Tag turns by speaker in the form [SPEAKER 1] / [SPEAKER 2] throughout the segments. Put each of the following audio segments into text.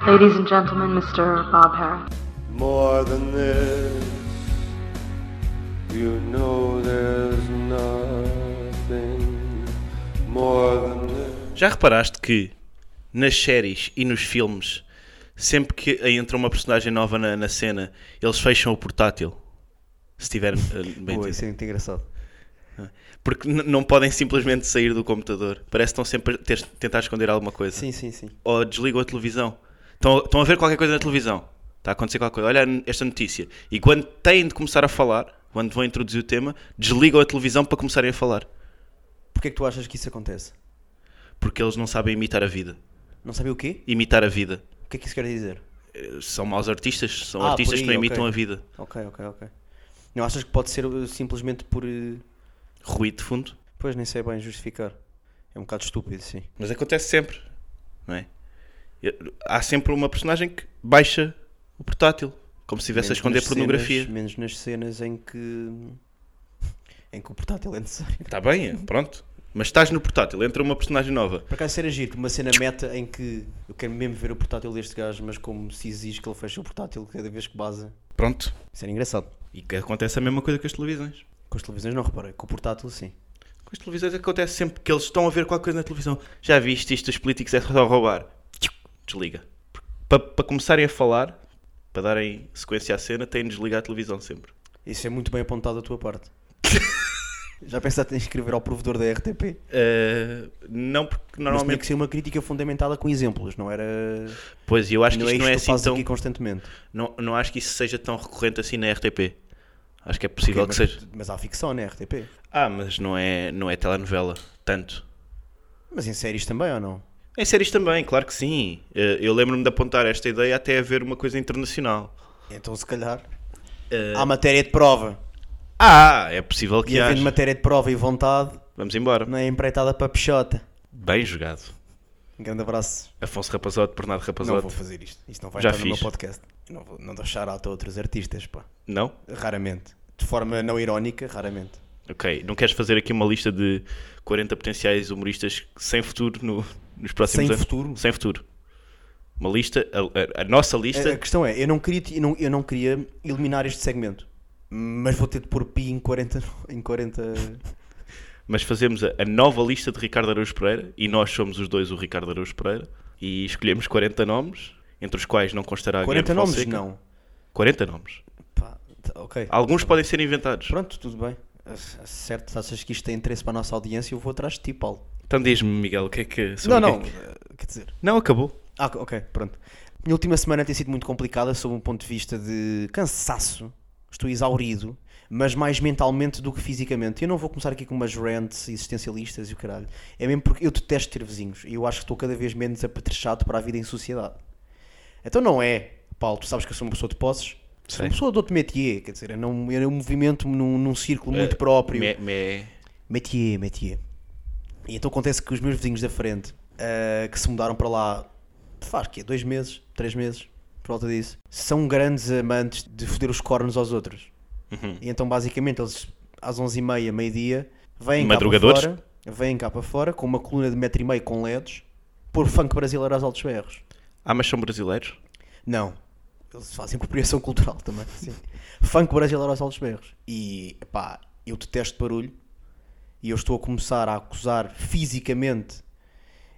[SPEAKER 1] Ladies and gentlemen, Mr. Bob Harris.
[SPEAKER 2] More than this, you know there's nothing more than this.
[SPEAKER 3] Já reparaste que nas séries e nos filmes, sempre que entra uma personagem nova na, na cena, eles fecham o portátil? Se tiver eh, bem
[SPEAKER 4] Pô,
[SPEAKER 3] entendido.
[SPEAKER 4] isso é muito engraçado.
[SPEAKER 3] Porque n- não podem simplesmente sair do computador. Parece que estão sempre a ter- tentar esconder alguma coisa.
[SPEAKER 4] Sim, sim, sim.
[SPEAKER 3] Ou desligam a televisão. Estão, estão a ver qualquer coisa na televisão. Está a acontecer qualquer coisa. Olha esta notícia. E quando têm de começar a falar, quando vão introduzir o tema, desligam a televisão para começarem a falar.
[SPEAKER 4] Porquê é que tu achas que isso acontece?
[SPEAKER 3] Porque eles não sabem imitar a vida.
[SPEAKER 4] Não sabia o quê?
[SPEAKER 3] Imitar a vida.
[SPEAKER 4] O que é que isso quer dizer?
[SPEAKER 3] Eh, São maus artistas. São
[SPEAKER 4] Ah, por
[SPEAKER 3] artistas
[SPEAKER 4] aí,
[SPEAKER 3] que não imitam
[SPEAKER 4] ok.
[SPEAKER 3] a vida.
[SPEAKER 4] Ok, ok, ok. Não achas que pode ser uh, simplesmente por. uh,
[SPEAKER 3] Ruído de fundo.
[SPEAKER 4] Pois nem sei bem justificar. É um bocado estúpido, sim.
[SPEAKER 3] Mas acontece sempre, não é? Eu- Há sempre uma personagem que baixa o portátil, como se estivesse a
[SPEAKER 4] Menos
[SPEAKER 3] esconder
[SPEAKER 4] nas
[SPEAKER 3] pornografia.
[SPEAKER 4] cenas- menos nas cenas em que. em que o portátil é necessário.
[SPEAKER 3] Está bem, é, pronto. Mas estás no portátil, entra uma personagem nova.
[SPEAKER 4] Por acaso era giro, uma cena meta em que eu quero mesmo ver o portátil deste gajo, mas como se exige que ele feche o portátil cada vez que baza.
[SPEAKER 3] Pronto.
[SPEAKER 4] Isso era engraçado.
[SPEAKER 3] E que acontece a mesma coisa com as televisões.
[SPEAKER 4] Com as televisões não reparei, com o portátil sim.
[SPEAKER 3] Com as televisões acontece sempre que eles estão a ver qualquer coisa na televisão. Já viste isto, os políticos é só roubar. Desliga. Para começarem a falar, para darem sequência à cena, têm de desligar a televisão sempre.
[SPEAKER 4] Isso é muito bem apontado da tua parte. Já pensaste em escrever ao provedor da RTP?
[SPEAKER 3] Eh, não porque
[SPEAKER 4] Mas tinha que
[SPEAKER 3] normalmente...
[SPEAKER 4] ser uma crítica fundamentada com exemplos, não era.
[SPEAKER 3] Pois, eu acho que
[SPEAKER 4] não
[SPEAKER 3] isto
[SPEAKER 4] é
[SPEAKER 3] não
[SPEAKER 4] isto
[SPEAKER 3] é
[SPEAKER 4] que tu
[SPEAKER 3] assim
[SPEAKER 4] fazes
[SPEAKER 3] tão...
[SPEAKER 4] aqui constantemente.
[SPEAKER 3] Não, não acho que isso seja tão recorrente assim na RTP. Acho que é possível
[SPEAKER 4] Ok, mas,
[SPEAKER 3] que seja.
[SPEAKER 4] mas há ficção na RTP.
[SPEAKER 3] Ah, mas não é, não é telenovela, tanto.
[SPEAKER 4] Mas em séries também ou não?
[SPEAKER 3] Em séries também, claro que sim. Eh, Eu lembro-me de apontar esta ideia até a ver uma coisa internacional.
[SPEAKER 4] Então se calhar.
[SPEAKER 3] Eh,
[SPEAKER 4] Há matéria de prova.
[SPEAKER 3] Ah, é possível que
[SPEAKER 4] E havendo
[SPEAKER 3] haja.
[SPEAKER 4] matéria de prova e vontade,
[SPEAKER 3] Vamos embora.
[SPEAKER 4] não é empreitada para Peixota.
[SPEAKER 3] Bem jogado.
[SPEAKER 4] Um grande abraço.
[SPEAKER 3] Afonso Rapazote, Bernardo
[SPEAKER 4] Não vou
[SPEAKER 3] Rapazote.
[SPEAKER 4] fazer isto. Isto não vai
[SPEAKER 3] Já
[SPEAKER 4] estar no meu
[SPEAKER 3] fiz.
[SPEAKER 4] podcast. Eu Não, vou, não dou shout-out a outros artistas, pá.
[SPEAKER 3] Não?
[SPEAKER 4] Raramente. De forma não irónica, raramente.
[SPEAKER 3] Ok. Não queres fazer aqui uma lista de 40 potenciais humoristas sem futuro no- nos próximos
[SPEAKER 4] Sem
[SPEAKER 3] anos?
[SPEAKER 4] futuro?
[SPEAKER 3] Sem futuro. Uma lista, a, a- a nossa lista.
[SPEAKER 4] A, a questão é, eu não, queria, ti- eu, não, eu não queria eliminar este segmento. Mas vou ter de pôr pi em 40... Em 40...
[SPEAKER 3] mas fazemos a, a nova lista de Ricardo Araújo Pereira e nós somos os dois o Ricardo Araújo Pereira e escolhemos 40 nomes, entre os quais não constará
[SPEAKER 4] 40
[SPEAKER 3] Guilherme
[SPEAKER 4] nomes?
[SPEAKER 3] Fonseca.
[SPEAKER 4] Não.
[SPEAKER 3] 40 nomes.
[SPEAKER 4] Pá, tá, ok.
[SPEAKER 3] Alguns podem ser inventados.
[SPEAKER 4] Pronto, tudo bem. Ah, Certo, se achas que isto tem interesse para a nossa audiência, eu vou atrás de ti, Paulo.
[SPEAKER 3] Então diz-me, Miguel, o que é que... sobre
[SPEAKER 4] Não,
[SPEAKER 3] o que é
[SPEAKER 4] não.
[SPEAKER 3] que-
[SPEAKER 4] ah, Quer dizer...
[SPEAKER 3] Não, acabou.
[SPEAKER 4] Ah, ok, pronto. Minha última semana tem sido muito complicada sob um ponto de vista de cansaço. Estou exaurido, mas mais mentalmente do que fisicamente. Eu não vou começar aqui com umas rants existencialistas e o caralho. É mesmo porque eu detesto ter vizinhos e eu acho que estou cada vez menos apetrechado para a vida em sociedade. Então não é, Paulo, tu sabes que eu sou uma pessoa de posses. Sou
[SPEAKER 3] Sei.
[SPEAKER 4] uma pessoa de outro métier, quer dizer, eu, não, eu movimento-me num, num círculo muito próprio.
[SPEAKER 3] Me- me-
[SPEAKER 4] Métier, métier. E então acontece que os meus vizinhos da frente, ah, que se mudaram para lá faz que dois meses, três meses, por volta disso, são grandes amantes de foder os cornos aos outros. E então basicamente eles às 11h30, meio-dia, vêm cá para
[SPEAKER 3] Madrugadores?
[SPEAKER 4] fora, vêm cá para fora com uma coluna de metro e meio com LEDs, pôr funk brasileiro aos altos berros.
[SPEAKER 3] Ah, mas são brasileiros?
[SPEAKER 4] Não. Eles fazem apropriação cultural também. Sim. Funk brasileiro aos altos berros. E, pá, eu detesto barulho. E eu estou a começar a acusar fisicamente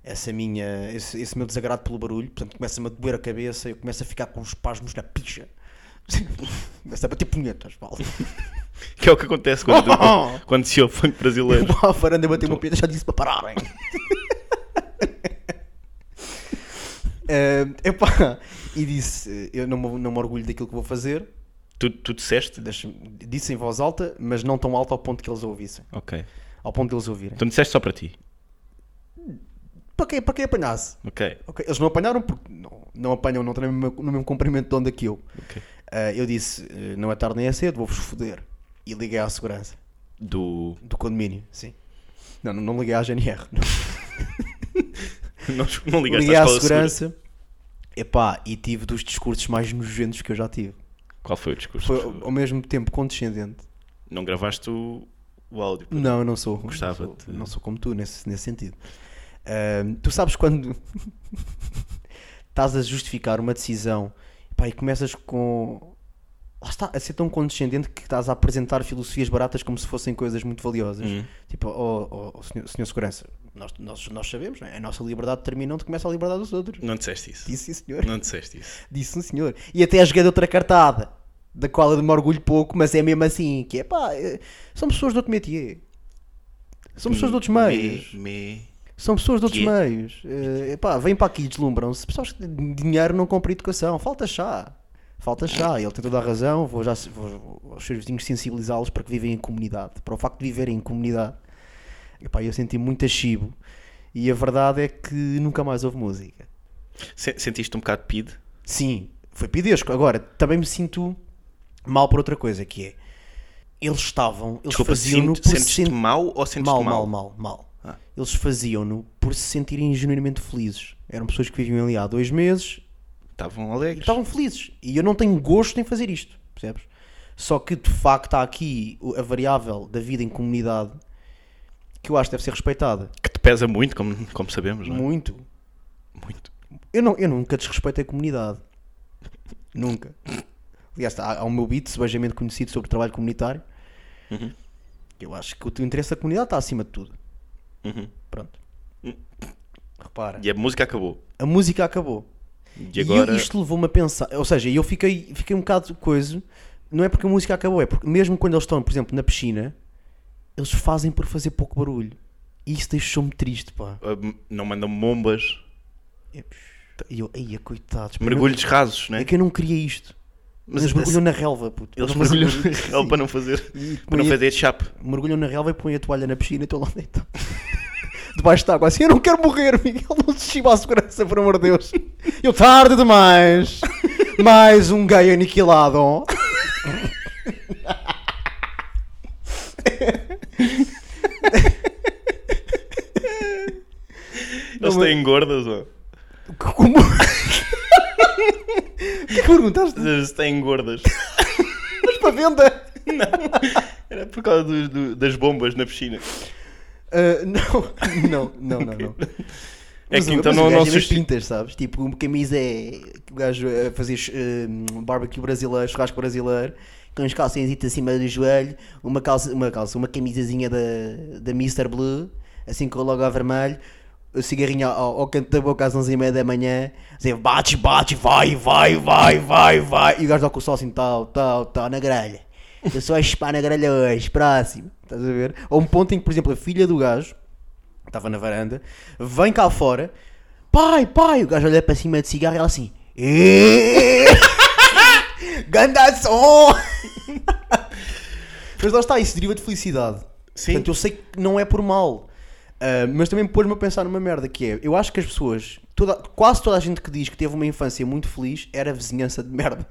[SPEAKER 4] essa minha, esse, esse meu desagrado pelo barulho. Portanto, começa-me a doer a cabeça. Eu começo a ficar com os pasmos na picha. começo a bater punhetas, Paulo.
[SPEAKER 3] Que é o que acontece quando, quando se ouve funk
[SPEAKER 4] Eu
[SPEAKER 3] brasileiro.
[SPEAKER 4] vou à varanda bater uma punheta. Já disse para pararem. Eh, epá, e disse: eh, Eu não me, não me orgulho daquilo que vou fazer.
[SPEAKER 3] tu, tu disseste?
[SPEAKER 4] Deixa- disse em voz alta, mas não tão alta ao ponto que eles a ouvissem.
[SPEAKER 3] Ok.
[SPEAKER 4] Ao ponto de eles a ouvirem.
[SPEAKER 3] Então disseste só para ti.
[SPEAKER 4] Para quem, para quem apanhasse?
[SPEAKER 3] Ok.
[SPEAKER 4] Ok, Eles não apanharam porque não, não apanham, não têm o mesmo- no mesmo comprimento de onda que eu.
[SPEAKER 3] Ok.
[SPEAKER 4] Ah, eu disse, eh, não é tarde nem é cedo, vou-vos foder. E liguei à segurança
[SPEAKER 3] Do...
[SPEAKER 4] do condomínio, sim. Não, não, não liguei à GNR.
[SPEAKER 3] Não, não ligaste
[SPEAKER 4] liguei
[SPEAKER 3] à
[SPEAKER 4] à
[SPEAKER 3] escola segura.
[SPEAKER 4] segurança. Epá, e tive dos discursos mais nojentos que eu já tive.
[SPEAKER 3] Qual foi o discurso?
[SPEAKER 4] Foi ao ao mesmo tempo condescendente.
[SPEAKER 3] Não gravaste o, o áudio? pois?
[SPEAKER 4] Não, eu não sou.
[SPEAKER 3] Gostava
[SPEAKER 4] não sou,
[SPEAKER 3] de-
[SPEAKER 4] não sou como tu nesse, nesse sentido. Ahm, tu sabes quando. estás a justificar uma decisão pá, e começas com. Lá está, a ser tão condescendente que estás a apresentar filosofias baratas como se fossem coisas muito valiosas.
[SPEAKER 3] Uhum.
[SPEAKER 4] Tipo, oh, oh, oh, senhor, senhor Segurança, nós, nós, nós sabemos, não é? a nossa liberdade termina onde começa a liberdade dos outros.
[SPEAKER 3] Não disseste isso.
[SPEAKER 4] Disse sim, senhor.
[SPEAKER 3] Não disseste isso.
[SPEAKER 4] Disse sim, senhor. E até joguei de outra cartada, da qual eu me orgulho pouco, mas é mesmo assim: que é pá, eh, são pessoas de outro métier. São pessoas de outros meios.
[SPEAKER 3] Me, me-
[SPEAKER 4] São pessoas de outros
[SPEAKER 3] Que é?
[SPEAKER 4] meios. Eh, epá, vêm para aqui, deslumbram-se. Pessoas que têm dinheiro não compram educação. Falta chá. Falta chá. Ele tem toda a razão. Vou já vou, vou aos seus vizinhos sensibilizá-los para que vivem em comunidade. Para o facto de viverem em comunidade. Epá, eu senti muito achivo. E a verdade é que nunca mais houve música.
[SPEAKER 3] Se- Sentiste um bocado pide?
[SPEAKER 4] Sim, foi pidesco. Agora, também me sinto mal por outra coisa, que é... Eles estavam... Eles
[SPEAKER 3] Desculpa,
[SPEAKER 4] faziam-no
[SPEAKER 3] sinto-
[SPEAKER 4] por se
[SPEAKER 3] sentes-te
[SPEAKER 4] sentir-
[SPEAKER 3] mal ou sentes-te
[SPEAKER 4] mal,
[SPEAKER 3] mal?
[SPEAKER 4] mal, mal, mal.
[SPEAKER 3] Ah.
[SPEAKER 4] Eles faziam-no por se sentirem genuinamente felizes. Eram pessoas que viviam ali há dois meses
[SPEAKER 3] Estavam alegres.
[SPEAKER 4] e estavam felizes. E eu não tenho gosto em fazer isto, percebes? Só que de facto há aqui o- a variável da vida em comunidade que eu acho que deve ser respeitada.
[SPEAKER 3] Que te pesa muito, como, como sabemos, não é?
[SPEAKER 4] Muito.
[SPEAKER 3] Muito.
[SPEAKER 4] Eu, não, eu nunca desrespeito a comunidade. Nunca. Aliás, há, há o meu beat, sebejamente conhecido, sobre trabalho comunitário. Eu acho que o teu interesse da comunidade está acima de tudo.
[SPEAKER 3] Uhum.
[SPEAKER 4] Pronto. Repara.
[SPEAKER 3] E a música acabou.
[SPEAKER 4] A música acabou.
[SPEAKER 3] E agora.
[SPEAKER 4] eu- isto levou-me a pensar. Ou seja, eu fiquei, fiquei um bocado coisa. Não é porque a música acabou, é porque mesmo quando eles estão, por exemplo, na piscina, eles fazem por fazer pouco barulho. E isso deixou-me triste, pá.
[SPEAKER 3] ah, m- Não mandam bombas.
[SPEAKER 4] E eu, eia, coitados. pá,
[SPEAKER 3] Mergulhos rasos,
[SPEAKER 4] não-
[SPEAKER 3] né?
[SPEAKER 4] É que eu não queria isto. Mas eles mergulham na relva, puto.
[SPEAKER 3] Eles
[SPEAKER 4] fazem
[SPEAKER 3] mergulham
[SPEAKER 4] barulho.
[SPEAKER 3] Ele para não fazer.
[SPEAKER 4] E
[SPEAKER 3] Para não
[SPEAKER 4] põem-
[SPEAKER 3] fazer chape.
[SPEAKER 4] mergulham na relva e põem a toalha na piscina e estou lá dentro. Debaixo de água, assim, eu não quero morrer, Miguel, não deschiba a segurança, por amor de Deus. Eu tarde demais. Mais um gay aniquilado.
[SPEAKER 3] Eles
[SPEAKER 4] mas-
[SPEAKER 3] têm gordas, é? ó.
[SPEAKER 4] Como? que perguntaste?
[SPEAKER 3] Eles têm gordas.
[SPEAKER 4] Mas para venda?
[SPEAKER 3] Era por causa dos- do- das bombas na piscina.
[SPEAKER 4] Ah, não, não, não, não. não.
[SPEAKER 3] É
[SPEAKER 4] Mas
[SPEAKER 3] que
[SPEAKER 4] o-
[SPEAKER 3] então
[SPEAKER 4] mas
[SPEAKER 3] não,
[SPEAKER 4] o
[SPEAKER 3] não
[SPEAKER 4] gajo é das
[SPEAKER 3] susti-
[SPEAKER 4] pintas, sabes? Tipo, uma camisa é o gajo a fazer eh, um barbecue brasileiro, churrasco brasileiro, com uns calções acima do joelho, uma calça, uma calça, uma camisazinha da, da Mr. Blue, assim com o logo a vermelho, o cigarrinho ao, ao canto da boca às 11 h 30 da manhã, dizer bate, bate, vai, vai, vai, vai, vai, e o gajo dá com o sol assim, tal, tal, tal, na grelha. Eu só a chupar na grelha hoje, próximo, estás a ver? Ou um ponto em que, por exemplo, a filha do gajo Estava na varanda. Vem cá fora. Pai, pai. O gajo olha para cima de cigarro e ela assim. "Ê, Ganda som! mas lá está, isso deriva de felicidade.
[SPEAKER 3] Sim.
[SPEAKER 4] Portanto, eu sei que não é por mal. Ah, mas também pôs-me a pensar numa merda que é. Eu acho que as pessoas. toda- quase toda a gente que diz que teve uma infância muito feliz era vizinhança de merda.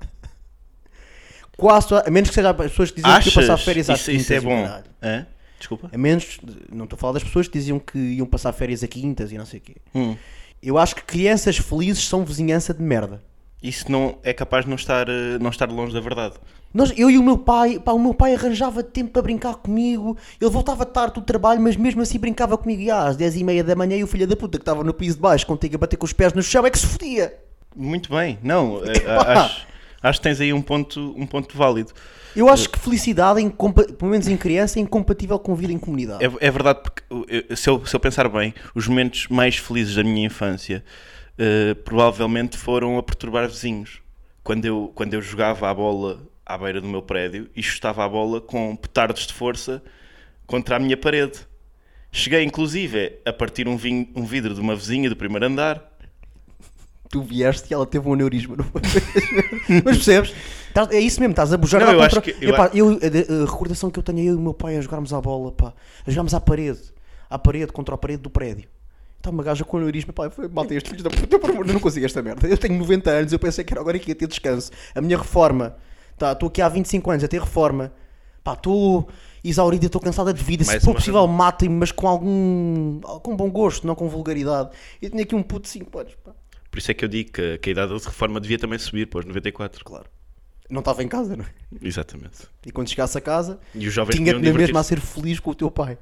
[SPEAKER 4] Quase toda, A menos que seja as pessoas que dizem que eu passar
[SPEAKER 3] Achas?
[SPEAKER 4] férias às
[SPEAKER 3] Isso, isso é
[SPEAKER 4] quintas e o
[SPEAKER 3] bom.
[SPEAKER 4] caralho. É
[SPEAKER 3] Hã? Desculpa.
[SPEAKER 4] A menos, não estou a falar das pessoas que diziam que iam passar férias a quintas e não sei o quê.
[SPEAKER 3] Hum.
[SPEAKER 4] Eu acho que crianças felizes são vizinhança de merda.
[SPEAKER 3] Isso não é capaz de não estar, eh, não estar longe da verdade.
[SPEAKER 4] Nós, eu e o meu pai, pá, o meu pai arranjava tempo para brincar comigo. Ele voltava tarde do trabalho, mas mesmo assim brincava comigo. E às 10 e meia da manhã, e o filho da puta que estava no piso de baixo, contigo a bater com os pés no chão, é que se fodia.
[SPEAKER 3] Muito bem. Não, eh,
[SPEAKER 4] Epá.
[SPEAKER 3] acho, acho que tens aí um ponto, um ponto válido.
[SPEAKER 4] Eu acho que felicidade, é incompa- pelo menos em criança, é incompatível com vida em comunidade.
[SPEAKER 3] É, é verdade, porque uh, eu- se eu, se eu pensar bem, os momentos mais felizes da minha infância uh, provavelmente foram a perturbar vizinhos. Quando eu, quando eu jogava a bola à beira do meu prédio e chutava a bola com petardos de força contra a minha parede. Cheguei, inclusive, a partir um, vinho- um vidro de uma vizinha do primeiro andar.
[SPEAKER 4] Tu vieste e ela teve um aneurisma. numa vez. Mas percebes? Tás- É isso mesmo, estás a bujar
[SPEAKER 3] Não,
[SPEAKER 4] lá
[SPEAKER 3] eu
[SPEAKER 4] contra-
[SPEAKER 3] acho que- eu
[SPEAKER 4] Epá,
[SPEAKER 3] a-
[SPEAKER 4] eu- a, de- a recordação que eu tenho é eu e o meu pai a jogarmos à bola, pá. A jogarmos à parede. À parede, contra a parede do prédio. Está uma gaja com aneurisma, pá. Foi, malta, estes filhos da puta, por amor, eu não consigo esta merda. Eu tenho 90 anos, eu pensei que era agora que ia ter descanso. A minha reforma. Tá, estou aqui há 25 anos a ter reforma. Pá, estou exaurida, estou cansada de vida.
[SPEAKER 3] Mais
[SPEAKER 4] Se for
[SPEAKER 3] uma
[SPEAKER 4] possível, matem-me, mas com algum, com bom gosto, não com vulgaridade. Eu tinha aqui um puto de 5 anos, pá.
[SPEAKER 3] Por isso é que eu digo que, que a idade de reforma devia também subir, pós 94.
[SPEAKER 4] Claro. Não estava em casa, não é?
[SPEAKER 3] Exatamente.
[SPEAKER 4] E quando chegasse a casa,
[SPEAKER 3] E os jovens
[SPEAKER 4] tinha-te
[SPEAKER 3] podiam
[SPEAKER 4] na mesma a
[SPEAKER 3] divertir-se.
[SPEAKER 4] ser feliz com o teu pai.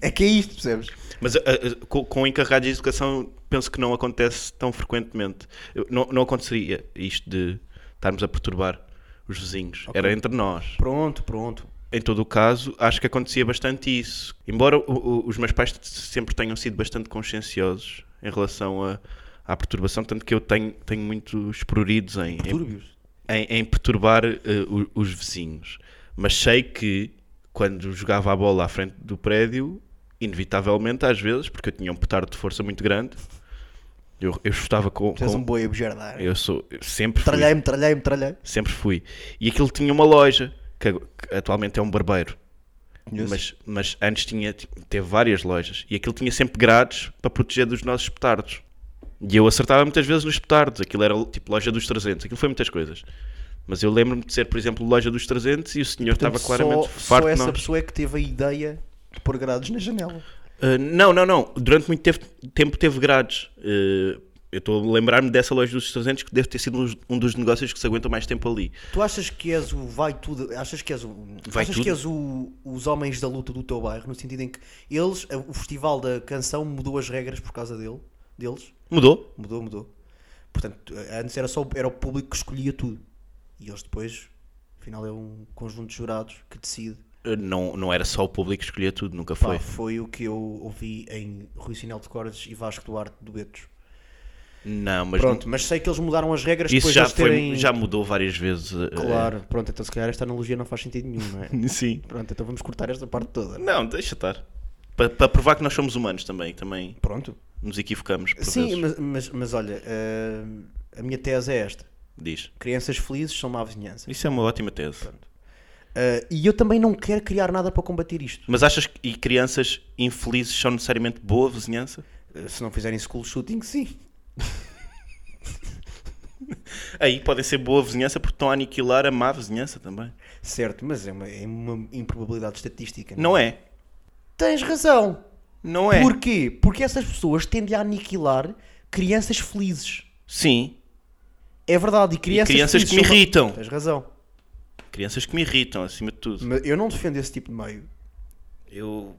[SPEAKER 4] É que é isto, percebes?
[SPEAKER 3] Mas ah, ah, com, com encarregados de educação, penso que não acontece tão frequentemente. Eu- Não, não aconteceria isto de estarmos a perturbar os vizinhos. Era entre nós.
[SPEAKER 4] Pronto, pronto.
[SPEAKER 3] Em todo o caso, acho que acontecia bastante isso. Embora o- o- os meus pais sempre tenham sido bastante conscienciosos em relação a- à perturbação, tanto que eu tenho, tenho muitos pruridos em, em
[SPEAKER 4] Túrbios.
[SPEAKER 3] em, em perturbar eh, o- os vizinhos. Mas sei que quando jogava a bola à frente do prédio, inevitavelmente, às vezes, porque eu tinha um petardo de força muito grande, eu, eu chutava com.
[SPEAKER 4] Tu és
[SPEAKER 3] com-
[SPEAKER 4] um boi a bujardar.
[SPEAKER 3] Eu sou. eu sempre fui.
[SPEAKER 4] Tralhei-me, tralhei-me, tralhei.
[SPEAKER 3] Sempre fui. E aquilo tinha uma loja, que, ago- que atualmente é um barbeiro.
[SPEAKER 4] Conheço.
[SPEAKER 3] Mas, mas antes tinha, ti- teve várias lojas e aquilo tinha sempre grades para proteger dos nossos petardos. E eu acertava muitas vezes nos petardos. Aquilo era tipo loja dos 300. Aquilo foi muitas coisas. Mas eu lembro-me de ser, por exemplo, loja dos 300 e o senhor
[SPEAKER 4] Portanto,
[SPEAKER 3] estava claramente
[SPEAKER 4] só,
[SPEAKER 3] farto
[SPEAKER 4] só
[SPEAKER 3] de
[SPEAKER 4] essa
[SPEAKER 3] nós.
[SPEAKER 4] pessoa é que teve a ideia de pôr grados na janela.
[SPEAKER 3] Ah, não, não, não. Durante muito tef- tempo teve grades. Ah, eu estou a lembrar-me dessa loja dos 300 que deve ter sido um dos- um dos negócios que se aguentou mais tempo ali.
[SPEAKER 4] Tu achas que és o vai tudo, achas que és o
[SPEAKER 3] Vai
[SPEAKER 4] achas
[SPEAKER 3] tudo?
[SPEAKER 4] que és o- os homens da luta do teu bairro, no sentido em que eles, o festival da canção mudou as regras por causa dele, deles,
[SPEAKER 3] Mudou?
[SPEAKER 4] mudou, mudou. Portanto, antes era só era o público que escolhia tudo. E eles depois, afinal é um conjunto de jurados que decide.
[SPEAKER 3] Ah, não, não era só o público que escolhia tudo, nunca
[SPEAKER 4] Pá,
[SPEAKER 3] foi.
[SPEAKER 4] foi o que eu ouvi em Rui Sinal de Cordes e Vasco Duarte do Betos.
[SPEAKER 3] Não, mas
[SPEAKER 4] Pronto, mas sei que eles mudaram as regras
[SPEAKER 3] Isso
[SPEAKER 4] depois
[SPEAKER 3] já,
[SPEAKER 4] de eles terem...
[SPEAKER 3] foi, já mudou várias vezes. eh,
[SPEAKER 4] Claro, pronto, então se calhar esta analogia não faz sentido nenhum, não é?
[SPEAKER 3] eh, Sim.
[SPEAKER 4] Pronto, então vamos cortar esta parte toda.
[SPEAKER 3] Não, deixa estar. Para provar que nós somos humanos também, que também
[SPEAKER 4] Pronto.
[SPEAKER 3] nos equivocamos por
[SPEAKER 4] Sim,
[SPEAKER 3] vezes.
[SPEAKER 4] mas, mas, mas olha, hum, a minha tese é esta.
[SPEAKER 3] Diz.
[SPEAKER 4] Crianças felizes são má vizinhança.
[SPEAKER 3] Isso é uma ótima tese.
[SPEAKER 4] Ah, e eu também não quero criar nada para combater isto.
[SPEAKER 3] Mas achas que e crianças infelizes são necessariamente boa vizinhança?
[SPEAKER 4] Ah, se não fizerem school shooting, sim.
[SPEAKER 3] Aí podem ser boa vizinhança porque estão a aniquilar a má vizinhança também.
[SPEAKER 4] Certo, mas é uma, é uma improbabilidade estatística.
[SPEAKER 3] Não é?
[SPEAKER 4] Tens razão.
[SPEAKER 3] Não é?
[SPEAKER 4] Porquê? Porque essas pessoas tendem a aniquilar crianças felizes.
[SPEAKER 3] Sim.
[SPEAKER 4] É verdade, e crianças,
[SPEAKER 3] crianças que
[SPEAKER 4] felizes
[SPEAKER 3] me
[SPEAKER 4] são má-
[SPEAKER 3] irritam.
[SPEAKER 4] Tens razão.
[SPEAKER 3] Crianças que me irritam, acima de tudo.
[SPEAKER 4] Mas eu não defendo esse tipo de meio.
[SPEAKER 3] Eu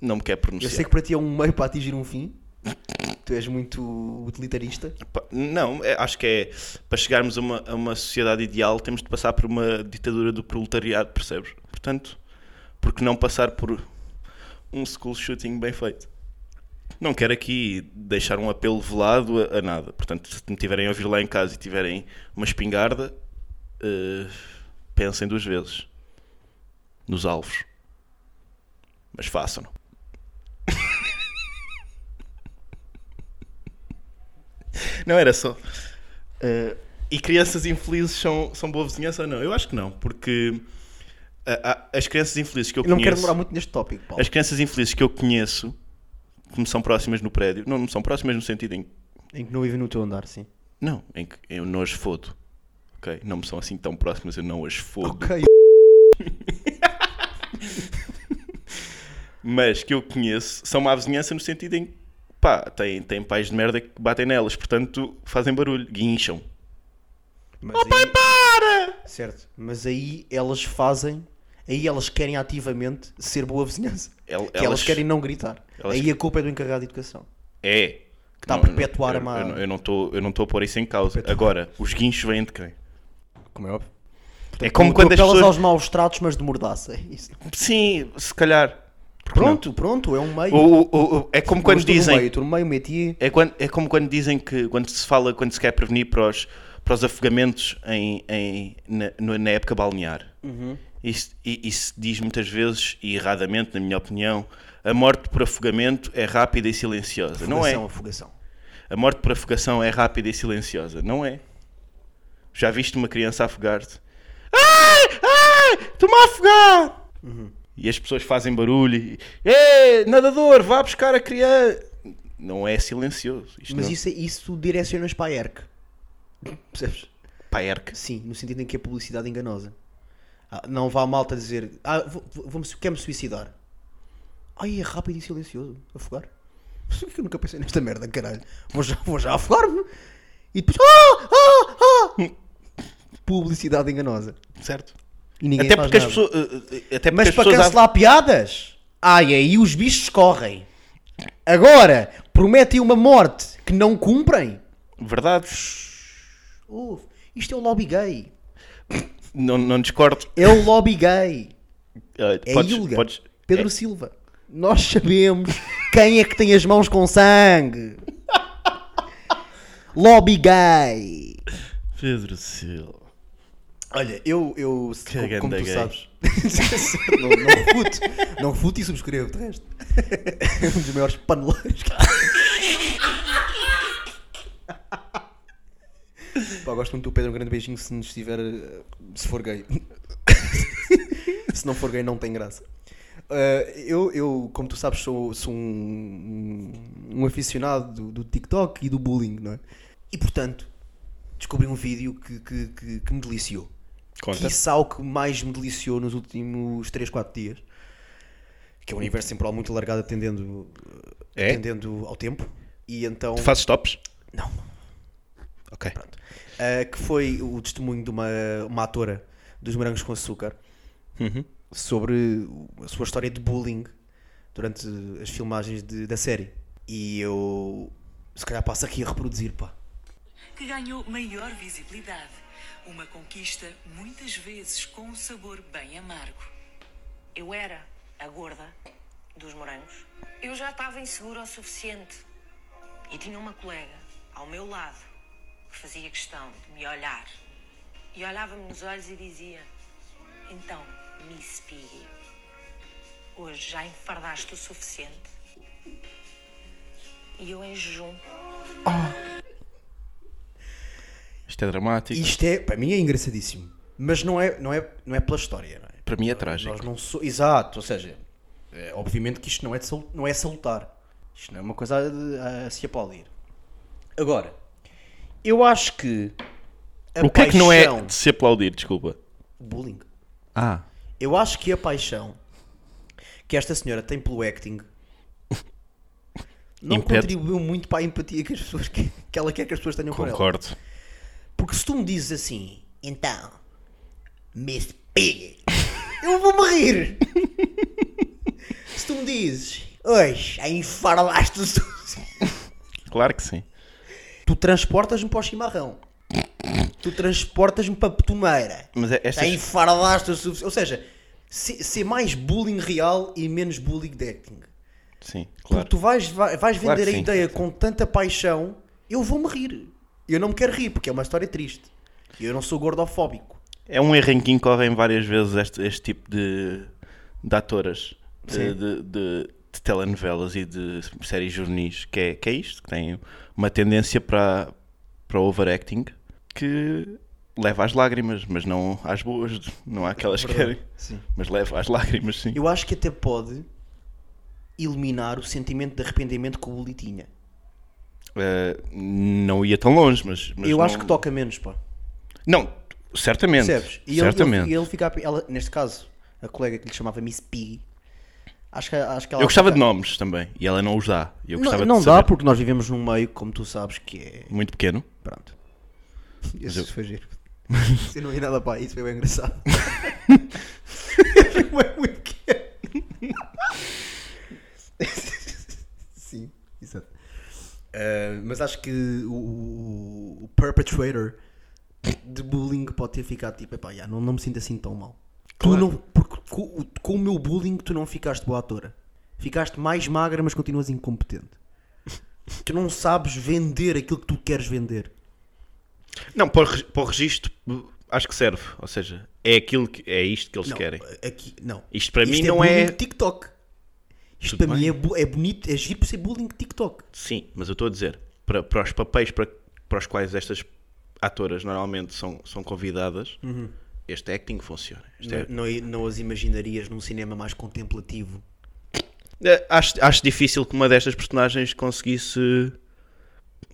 [SPEAKER 3] não me quero
[SPEAKER 4] Eu
[SPEAKER 3] pronunciar.
[SPEAKER 4] sei que para ti é um meio para atingir um fim. Tu és muito utilitarista.
[SPEAKER 3] Pa- Não, é- acho que é para chegarmos a uma, a uma sociedade ideal temos de passar por uma ditadura do proletariado, percebes? Portanto, porque não passar por um school shooting bem feito? Não quero aqui deixar um apelo velado a, a nada. Portanto, se me tiverem a ouvir lá em casa e tiverem uma espingarda, eh, pensem duas vezes nos alvos. Mas façam-no. Não era só. Eh, e crianças infelizes são, são boa vizinhança ou não? Eu acho que não, porque a- a- as crianças infelizes que eu
[SPEAKER 4] Eu não
[SPEAKER 3] conheço.
[SPEAKER 4] quero demorar muito neste tópico, Paulo.
[SPEAKER 3] As crianças infelizes que eu conheço, que me são próximas no prédio, não me são próximas no sentido em que.
[SPEAKER 4] Em que não vivem no teu andar, sim.
[SPEAKER 3] Não, em que eu não as fodo. Ok? Não me são assim tão próximas, eu não as fodo.
[SPEAKER 4] Ok.
[SPEAKER 3] Mas que eu conheço são má vizinhança no sentido em que, pá, têm, têm pais de merda que batem nelas, portanto fazem barulho, guincham.
[SPEAKER 4] Mas aí,
[SPEAKER 3] Para!
[SPEAKER 4] certo. Mas aí elas fazem. Aí elas querem ativamente ser boa vizinhança.
[SPEAKER 3] El-
[SPEAKER 4] que elas querem não gritar.
[SPEAKER 3] elas-
[SPEAKER 4] Aí a culpa é do encarregado de educação.
[SPEAKER 3] É. Que
[SPEAKER 4] está tá a perpetuar a má-
[SPEAKER 3] Eu, eu não tô- eu não estou a pôr isso em causa. Agora, os guinchos vêm de quem?
[SPEAKER 4] Como é óbvio.
[SPEAKER 3] é como quando as
[SPEAKER 4] apelas
[SPEAKER 3] pessoas.
[SPEAKER 4] aos maus tratos, mas de mordaça. É isso.
[SPEAKER 3] Sim, se calhar. Porque não?
[SPEAKER 4] Pronto, pronto, é um meio.
[SPEAKER 3] O- o- o- é como quando
[SPEAKER 4] Gosto do
[SPEAKER 3] dizem.
[SPEAKER 4] Meio, tu no meio meti.
[SPEAKER 3] É, quan- é como quando dizem que quando se fala, quando se quer prevenir para os, para os afogamentos em, em- na, no- na época balnear. Isso, i- isso diz muitas vezes, e erradamente, na minha opinião, a morte por afogamento é rápida e silenciosa. Não é?
[SPEAKER 4] Afogação.
[SPEAKER 3] A morte por afogação é rápida e silenciosa. Não é? Já viste uma criança afogar-te? Ai! Ai! Estou-me a afogar!
[SPEAKER 4] Uhum.
[SPEAKER 3] E as pessoas fazem barulho e. Ei, nadador, vá buscar a criança! Não é silencioso. Isto
[SPEAKER 4] Mas
[SPEAKER 3] não...
[SPEAKER 4] isso, é- isso tu direcionas para a ERC. Percebes?
[SPEAKER 3] Pá, erca.
[SPEAKER 4] Sim, no sentido em que é publicidade enganosa. Ah, não vá a malta dizer, ah, vou, vou, quero-me suicidar. Ai, é rápido e silencioso. Afogar. Mas por que eu nunca pensei nesta merda, caralho? Vou já, vou já afogar-me. E depois, ah, ah, ah. Publicidade enganosa.
[SPEAKER 3] Certo.
[SPEAKER 4] E ninguém
[SPEAKER 3] Até
[SPEAKER 4] faz
[SPEAKER 3] porque, as pessoas,
[SPEAKER 4] nada.
[SPEAKER 3] eh, eh, até porque
[SPEAKER 4] Mas
[SPEAKER 3] as
[SPEAKER 4] para
[SPEAKER 3] pessoas. há-
[SPEAKER 4] cancelar piadas, Ai, aí os bichos correm. Agora, prometem uma morte que não cumprem.
[SPEAKER 3] Verdade.
[SPEAKER 4] Uf, isto é o lobby gay.
[SPEAKER 3] Não, não discordo.
[SPEAKER 4] É o lobby gay.
[SPEAKER 3] Ah,
[SPEAKER 4] É
[SPEAKER 3] podes-
[SPEAKER 4] Ilga.
[SPEAKER 3] podes- é-
[SPEAKER 4] Pedro Silva. Nós sabemos quem é que tem as mãos com sangue. Lobby gay.
[SPEAKER 3] é- Pedro Silva.
[SPEAKER 4] Olha, eu, eu
[SPEAKER 3] Que
[SPEAKER 4] co- como
[SPEAKER 3] ganda
[SPEAKER 4] tu
[SPEAKER 3] gay.
[SPEAKER 4] sabes, não, não refuto, não refuto e subscrevo, de resto. um dos maiores paneleiros. Pá, gosto muito do Pedro, um grande beijinho se nos estiver, eh, se for gay. se não for gay não tem graça. Eh, eu, eu, como tu sabes, sou, sou um, um aficionado do, do TikTok e do bullying, não é? E portanto, descobri um vídeo que, que, que, que me deliciou.
[SPEAKER 3] Conta.
[SPEAKER 4] Quiçá o que mais me deliciou nos últimos 3, 4 dias. Que é um universo temporal muito alargado atendendo,
[SPEAKER 3] É?
[SPEAKER 4] atendendo ao tempo. E então.
[SPEAKER 3] Tu fazes tops?
[SPEAKER 4] Não.
[SPEAKER 3] Ok.
[SPEAKER 4] Ah, que foi o testemunho de uma, uma atora dos Morangos com Açúcar
[SPEAKER 3] Uhum.
[SPEAKER 4] sobre a sua história de bullying durante as filmagens de- da série. E eu. Se calhar passo aqui a reproduzir, pá.
[SPEAKER 5] que ganhou maior visibilidade. Uma conquista muitas vezes com um sabor bem amargo.
[SPEAKER 6] Eu era a gorda dos morangos. Eu já estava insegura o suficiente. E tinha uma colega ao meu lado que fazia questão de me olhar. E olhava-me nos olhos e dizia: Então, Miss Piggy, hoje já enfardaste o suficiente. E eu em jejum.
[SPEAKER 3] Isto é dramático.
[SPEAKER 4] Isto é, para mim é engraçadíssimo. Mas não é, não é, não é pela história, não é?
[SPEAKER 3] Para mim é trágico.
[SPEAKER 4] Nós não so... Exato, ou seja, é, obviamente que isto não é, de sal- não é salutar. Isto não é uma coisa a, de- a se aplaudir. Agora, eu acho que. a
[SPEAKER 3] O que é que não é
[SPEAKER 4] paixão-
[SPEAKER 3] de se aplaudir? Desculpa.
[SPEAKER 4] Bullying.
[SPEAKER 3] Ah.
[SPEAKER 4] Eu acho que a paixão que esta senhora tem pelo acting não
[SPEAKER 3] Impede.
[SPEAKER 4] contribuiu muito para a empatia que, as pessoas que, que ela quer que as pessoas tenham com ela.
[SPEAKER 3] Concordo.
[SPEAKER 4] Porque se tu me dizes assim, então, Miss Pig, eu vou morrer. se tu me dizes, hoje, aí farlaste
[SPEAKER 3] Claro que sim.
[SPEAKER 4] Tu transportas-me para o chimarrão. Tu transportas-me para a petumeira.
[SPEAKER 3] Mas é- estas-
[SPEAKER 4] Já enfardaste o suficiente. Ou seja, ser ser mais bullying real e menos bullying de acting.
[SPEAKER 3] Sim,
[SPEAKER 4] Porque
[SPEAKER 3] claro.
[SPEAKER 4] tu vais, vai- vais vender
[SPEAKER 3] Claro que
[SPEAKER 4] a
[SPEAKER 3] sim.
[SPEAKER 4] ideia com tanta paixão, eu vou-me rir. Eu não me quero rir, porque é uma história triste. Eu não sou gordofóbico.
[SPEAKER 3] É um erro em que incorrem várias vezes este, este tipo de, de atoras de,
[SPEAKER 4] Sim.
[SPEAKER 3] de- de- de telenovelas e de séries juvenis, que é, que é isto, que tem uma tendência para, para overacting que leva às lágrimas, mas não às boas, não há aquelas que querem,
[SPEAKER 4] É Sim.
[SPEAKER 3] mas leva às lágrimas, sim.
[SPEAKER 4] Eu acho que até pode eliminar o sentimento de arrependimento que o bullying tinha.
[SPEAKER 3] Eh, não ia tão longe, mas, mas
[SPEAKER 4] eu
[SPEAKER 3] não-
[SPEAKER 4] acho que toca menos, pá.
[SPEAKER 3] Não, certamente.
[SPEAKER 4] Percebes? E ele-
[SPEAKER 3] certamente.
[SPEAKER 4] Ele, e ele fica, a- ela, neste caso, a colega que lhe chamava Miss Piggy, acho que, acho que ela
[SPEAKER 3] Eu gostava de
[SPEAKER 4] fica-
[SPEAKER 3] nomes também, e ela não os dá. E Eu gostava
[SPEAKER 4] Tá Não, não
[SPEAKER 3] de
[SPEAKER 4] dá
[SPEAKER 3] saber.
[SPEAKER 4] porque nós vivemos num meio, como tu sabes, que é.
[SPEAKER 3] Muito pequeno.
[SPEAKER 4] Pronto.
[SPEAKER 3] eu-
[SPEAKER 4] Isso foi giro. Isso eu não vi nada para isso, foi bem engraçado. Foi muito pequeno. Sim, exato. Ah, mas acho que o, o- o perpetrator de bullying pode ter ficado tipo, epá, já, não, não me sinto assim tão mal. Tu não, porque co- o- com, o meu bullying tu não ficaste boa atora. Ficaste mais magra, mas continuas incompetente. Tu não sabes vender aquilo que tu queres vender.
[SPEAKER 3] Não, para o reg- para o registro uh, acho que serve. Ou seja, é aquilo que é isto que eles
[SPEAKER 4] não, eh,
[SPEAKER 3] querem.
[SPEAKER 4] Aqui, não.
[SPEAKER 3] Isto para mim
[SPEAKER 4] é
[SPEAKER 3] não
[SPEAKER 4] bullying
[SPEAKER 3] é-
[SPEAKER 4] de TikTok. Isto
[SPEAKER 3] Tudo
[SPEAKER 4] para mim
[SPEAKER 3] bem.
[SPEAKER 4] é, bu- é bonito, é giro por ser bullying de TikTok.
[SPEAKER 3] Sim, mas eu estou a dizer, para, para os papéis para, para os quais estas atoras normalmente são, são convidadas, este acting funciona. Este é-
[SPEAKER 4] Uhum. Não, não, não as imaginarias num cinema mais contemplativo.
[SPEAKER 3] É, Acho, acho difícil que uma destas personagens conseguisse.